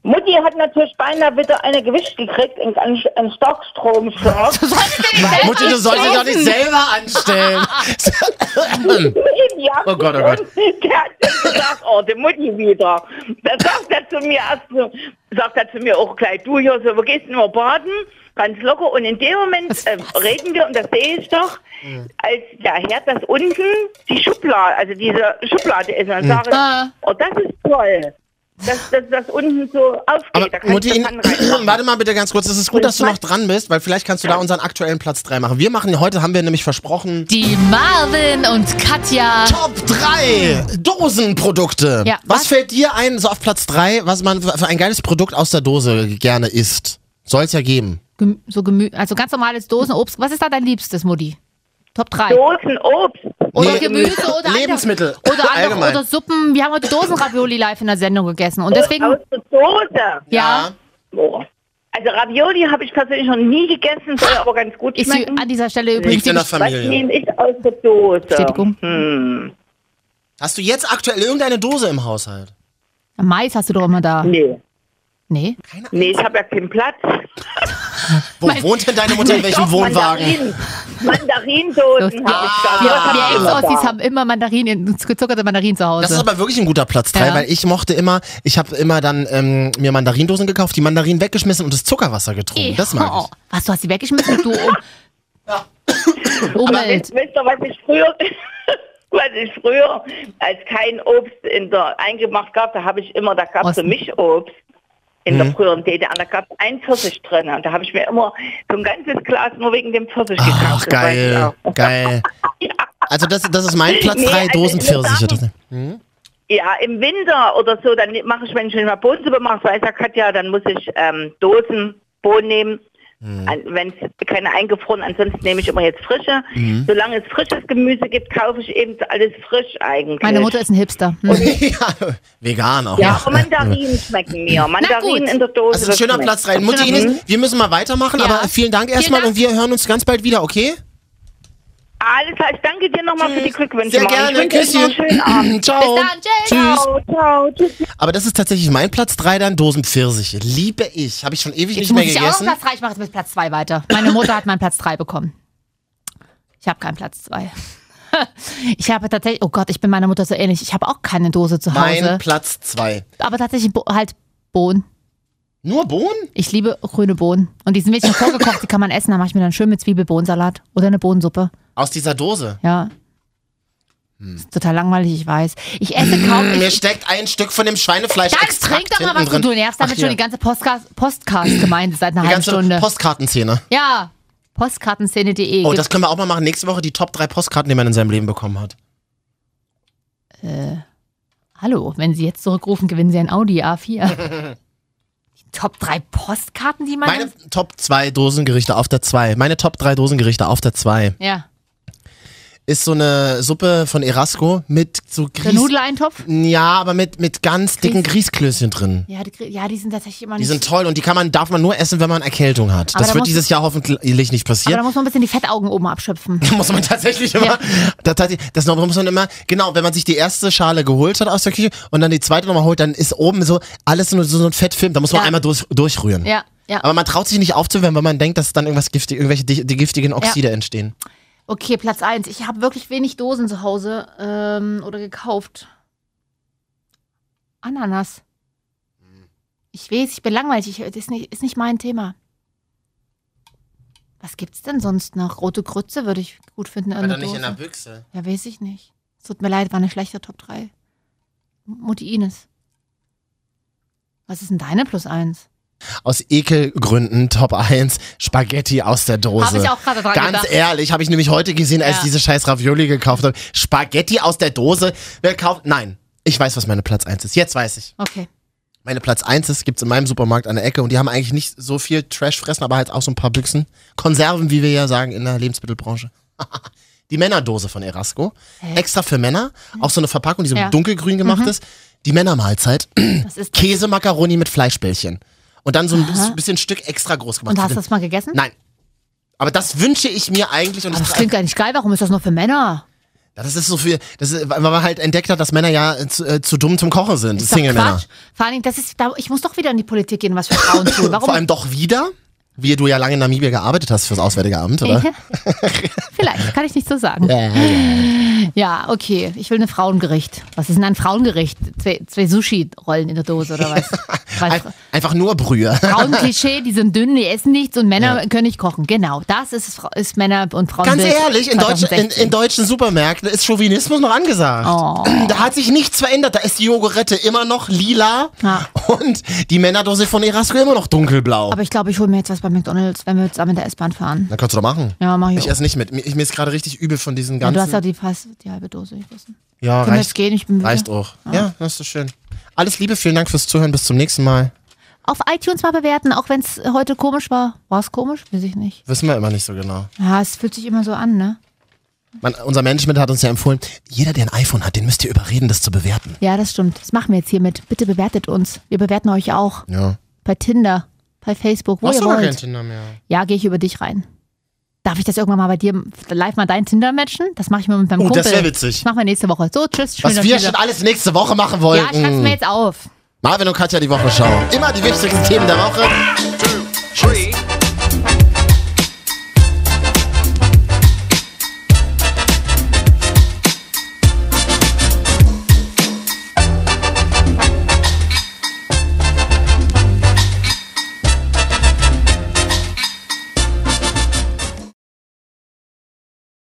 Mutti hat natürlich beinahe wieder eine Gewicht gekriegt, einen, einen Starkstromschlag.
Mutti, du sollst dich doch nicht selber anstellen.
ja,
Oh Gott, oh Gott.
Und Der hat dann gesagt, oh, die Mutti wieder. Da sagt er zu mir erst so, sagt er zu mir auch gleich, du hier, so, wir gehst nur baden, ganz locker. Und in dem Moment äh, reden wir, und das sehe ich doch, als der Herd das unten, die Schublade, also diese Schublade ist, dann
Mhm.
sage ich,
Ah.
oh, das ist toll. Dass das, das unten so aufgeht. da kann
Mutti,
ich die
in,
Pfanne reinmachen.
warte mal bitte ganz kurz. Es ist gut, dass du noch dran bist, weil vielleicht kannst du da unseren aktuellen Platz 3 machen. Wir machen heute, haben wir nämlich versprochen,
Die Marvin und Katja.
Top 3 Dosenprodukte.
Ja,
was, fällt dir ein, so auf Platz 3, was man für ein geiles Produkt aus der Dose gerne isst? Soll es ja geben.
Gemü so Gemü also ganz normales Dosenobst. Was ist da dein Liebstes, Mutti? Top 3.
Dosenobst.
Oder
Nee,
Gemüse oder andere-
Lebensmittel.
Oder, andere,
Allgemein.
oder Suppen. Wir haben heute Dosenravioli live in der Sendung gegessen. Und deswegen.
Aus der Dose.
Ja.
Oh. Also Ravioli habe ich persönlich noch nie gegessen, soll aber ganz gut
Ist sie
schmecken.
an dieser
hm.
Stelle übrigens.
Liegt in der
die-
Familie.
Was nehme ich aus der Dose?
Bestätigung.
Hm.
Hast du jetzt aktuell irgendeine Dose im Haushalt?
Hm. Mais hast du doch immer da.
Nee.
Nee?
Nee, ich habe ja keinen Platz.
Wo wohnt denn deine Mutter in welchem
Doch,
Wohnwagen?
Mandarin- Mandarindosen habe ich da.
Wir,
Ja,
wir
immer
Ex-Ossis
da.
haben immer Mandarinen, gezuckerte Mandarinen zu Hause.
Das ist aber wirklich ein guter Platz 3,
Ja.
weil ich mochte immer, ich habe immer dann ähm, mir Mandarindosen gekauft, die Mandarinen weggeschmissen und das Zuckerwasser getrunken.
Eh,
Das mag ich.
oh, Was, du hast sie weggeschmissen? Du um
Aber
Umwelt.
wisst, wisst ihr, was ich früher, was ich früher, als kein Obst in der eingemacht gab, da habe ich immer, da gab es so Mischobst in der
Mhm.
früheren DDR, da gab es einen Pfirsich drin und da habe ich mir immer so ein ganzes Glas nur wegen dem Pfirsich gekauft.
Ach,
das weiß ich
geil.
auch.
Geil. Also, das, das ist mein Platz
Nee,
3,
also
Dosen
ich muss
Pfirsiche.
sagen-
Das-
Ja, im Winter oder so, dann mache ich, wenn ich mal Bohnensuppe mache, weiß ja Katja, dann muss ich ähm, Dosen Bohnen nehmen.
Mhm.
Wenn es keine eingefroren, ansonsten nehme ich immer jetzt frische.
Mhm.
Solange es frisches Gemüse gibt, kaufe ich eben alles frisch eigentlich.
Meine Mutter ist ein Hipster. Hm.
Vegan auch.
ja,
noch.
aber Mandarinen schmecken mir. Mandarinen
gut.
in der Dose.
Also ein schöner
das
Platz
schmeckt.
rein. Mutti
Mhm.
Ines, wir müssen mal weitermachen, aber vielen Dank erstmal und wir hören uns ganz bald wieder, okay?
Alles klar, ich danke dir nochmal für die Glückwünsche.
Sehr
Mama.
gerne,
Ich wünsche dir noch einen schönen
Küsschen.
Abend.
Ciao. Tschüss.
Ciao, ciao, tschüss.
Aber das ist tatsächlich mein Platz 3, dann Dosenpfirsiche. Liebe ich. Habe ich schon ewig
Jetzt
nicht
muss
mehr
ich auch
gegessen.
noch Platz 3, ich mache jetzt mit Platz 2 weiter. Meine Mutter hat meinen Platz 3 bekommen. Ich habe keinen Platz 2. Ich habe tatsächlich, oh Gott, ich bin meiner Mutter so ähnlich. Ich habe auch keine Dose zu Hause.
Mein Platz 2.
aber tatsächlich Bo halt Bohnen.
Nur Bohnen?
Ich liebe grüne Bohnen. Und die sind wirklich schon vorgekocht, die kann man essen. Da mache ich mir dann schön mit Zwiebelbohnensalat oder eine Bohnensuppe.
Aus dieser Dose.
Ja. Ist total langweilig, ich weiß. Ich esse kaum.
Mir
Ich,
steckt ein Stück von dem Schweinefleisch.
dann trink doch mal was und du nervst damit schon die ganze Postcast, Postcast gemeint seit einer
die
halben
ganze
Stunde.
Postkartenzähne.
ja. Postkartenszene.de.
Oh, das können wir auch mal machen. Nächste Woche die Top 3 Postkarten, die man in seinem Leben bekommen hat.
Äh, hallo, wenn Sie jetzt zurückrufen, gewinnen Sie ein Audi A4. die Top 3 Postkarten, die man.
Meine Top 2 Dosengerichte auf der 2. Meine Top 3 Dosengerichte auf der 2.
ja.
Ist so eine Suppe von Erasco mit so
Der
Grieß.
Nudeleintopf?
Ja, aber mit, mit ganz dicken Grießklößchen drin.
Ja die, krie- ja, die sind tatsächlich immer
Die
nicht.
sind toll und die kann man, darf man nur essen, wenn man Erkältung hat.
Aber
das
da
wird
muss-
dieses Jahr hoffentlich nicht
aber
passieren.
da muss man ein bisschen die Fettaugen oben abschöpfen.
muss man tatsächlich immer. Das, das, das noch- muss man immer, genau, wenn man sich die erste Schale geholt hat aus der Küche und dann die zweite nochmal holt, dann ist oben so alles so, so ein Fettfilm, da muss man
Ja.
einmal durch, durchrühren.
Ja, ja.
Aber man traut sich nicht aufzuwärmen, weil man denkt, dass dann irgendwas giftig, irgendwelche di- die giftigen Oxide entstehen.
Okay, Platz 1. Ich habe wirklich wenig Dosen zu Hause ähm, oder gekauft. Ananas. Ich weiß, ich bin langweilig. Ich, das ist nicht, ist nicht mein Thema. Was gibt's denn sonst noch? Rote Grütze würde ich gut finden. in der Dose.
Büchse.
Ja, weiß ich nicht. Es tut mir leid, war eine schlechte Top 3. Mutti Ines. Was ist denn deine Plus 1?
Aus Ekelgründen Top 1 Spaghetti aus der Dose.
Hab ich auch gerade dran
Ganz
gedacht.
ehrlich, habe ich nämlich heute gesehen, als
Ja.
ich diese scheiß Ravioli gekauft habe. Spaghetti aus der Dose. Wer kauft? Nein. Ich weiß, was meine Platz 1 ist. Jetzt weiß ich.
Okay.
Meine Platz 1 ist, gibt's in meinem Supermarkt an der Ecke und die haben eigentlich nicht so viel Trash fressen, aber halt auch so ein paar Büchsen. Konserven, wie wir ja sagen in der Lebensmittelbranche. die Männerdose von Erasco. Extra für Männer. Auch so eine Verpackung, die so
Ja.
dunkelgrün gemacht ist. Die Männermahlzeit.
ist das?
Käse, Macaroni mit Fleischbällchen. Und dann so ein bis- bisschen Stück extra groß gemacht.
Und hast du das mal gegessen?
Nein. Aber das wünsche ich mir eigentlich. Und
Aber
ich-
das klingt gar nicht geil. Warum ist das nur für Männer?
Ja, das ist so viel, das ist, weil man halt entdeckt hat, dass Männer ja äh, zu, äh, zu dumm zum Kochen sind.
Das ist doch
Single-Männer.
Quatsch. Vor allen Dingen, das ist, da, ich muss doch wieder in die Politik gehen, was wir Frauen tun. Warum?
Vor allem doch wieder, wie du ja lange in Namibia gearbeitet hast fürs Auswärtige Amt, oder?
Vielleicht, kann ich nicht so sagen.
Ja, ja.
Ja, okay. Ich will ein Frauengericht. Was ist denn ein Frauengericht? Zwei, zwei Sushi-Rollen in der Dose oder was? Weil
Ein- Einfach nur Brühe.
Frauenklischee, die sind dünn, die essen nichts und Männer können nicht kochen. Genau, das ist, Fra- ist Männer- und Frauenbild.
Ganz ehrlich, in, Deutsch, in,
2016.
in deutschen Supermärkten ist Chauvinismus noch angesagt.
Oh.
Da hat sich nichts verändert. Da ist die Jogurette immer noch lila
Ja.
und die Männerdose von Erasco immer noch dunkelblau.
Aber ich glaube, ich hole mir jetzt was bei McDonalds, wenn wir zusammen in der S-Bahn fahren.
Dann kannst du doch machen.
Ja, mach ich
Ich
auch.
esse nicht mit. Mir, ich, mir ist gerade richtig übel von diesen
Ja,
ganzen.
du hast ja die, fast die halbe Dose gegessen.
ja,
Können wir
reicht,
jetzt gehen? Ich bin müde. Ah.
reicht auch. Ja. das ist schön. Alles Liebe, vielen Dank fürs Zuhören. Bis zum nächsten Mal.
Auf iTunes mal bewerten, auch wenn es heute komisch war. War es komisch? Weiß ich nicht.
Wissen wir immer nicht so genau.
Ja, es fühlt sich immer so an, ne?
Man, unser Management hat uns ja empfohlen, jeder, der ein iPhone hat, den müsst ihr überreden, das zu bewerten.
Ja, das stimmt. Das machen wir jetzt hiermit. Bitte bewertet uns. Wir bewerten euch auch.
Ja.
Bei Tinder, bei Facebook, wo
Machst
ihr
du gar kein
wollt.
Tinder mehr?
Ja, gehe ich über dich rein. Darf ich das irgendwann mal bei dir live mal dein Tinder matchen? Das mache ich mal mit meinem
Oh,
Kumpel.
das wär witzig.
Das machen wir nächste Woche. So, tschüss.
Was
schöner
wir
Tinder.
schon alles nächste Woche machen
Ja,
wollten.
schreib's mir jetzt auf.
Marvin und Katja, die Wochenschau. Immer die wichtigsten Themen der Woche.
Three.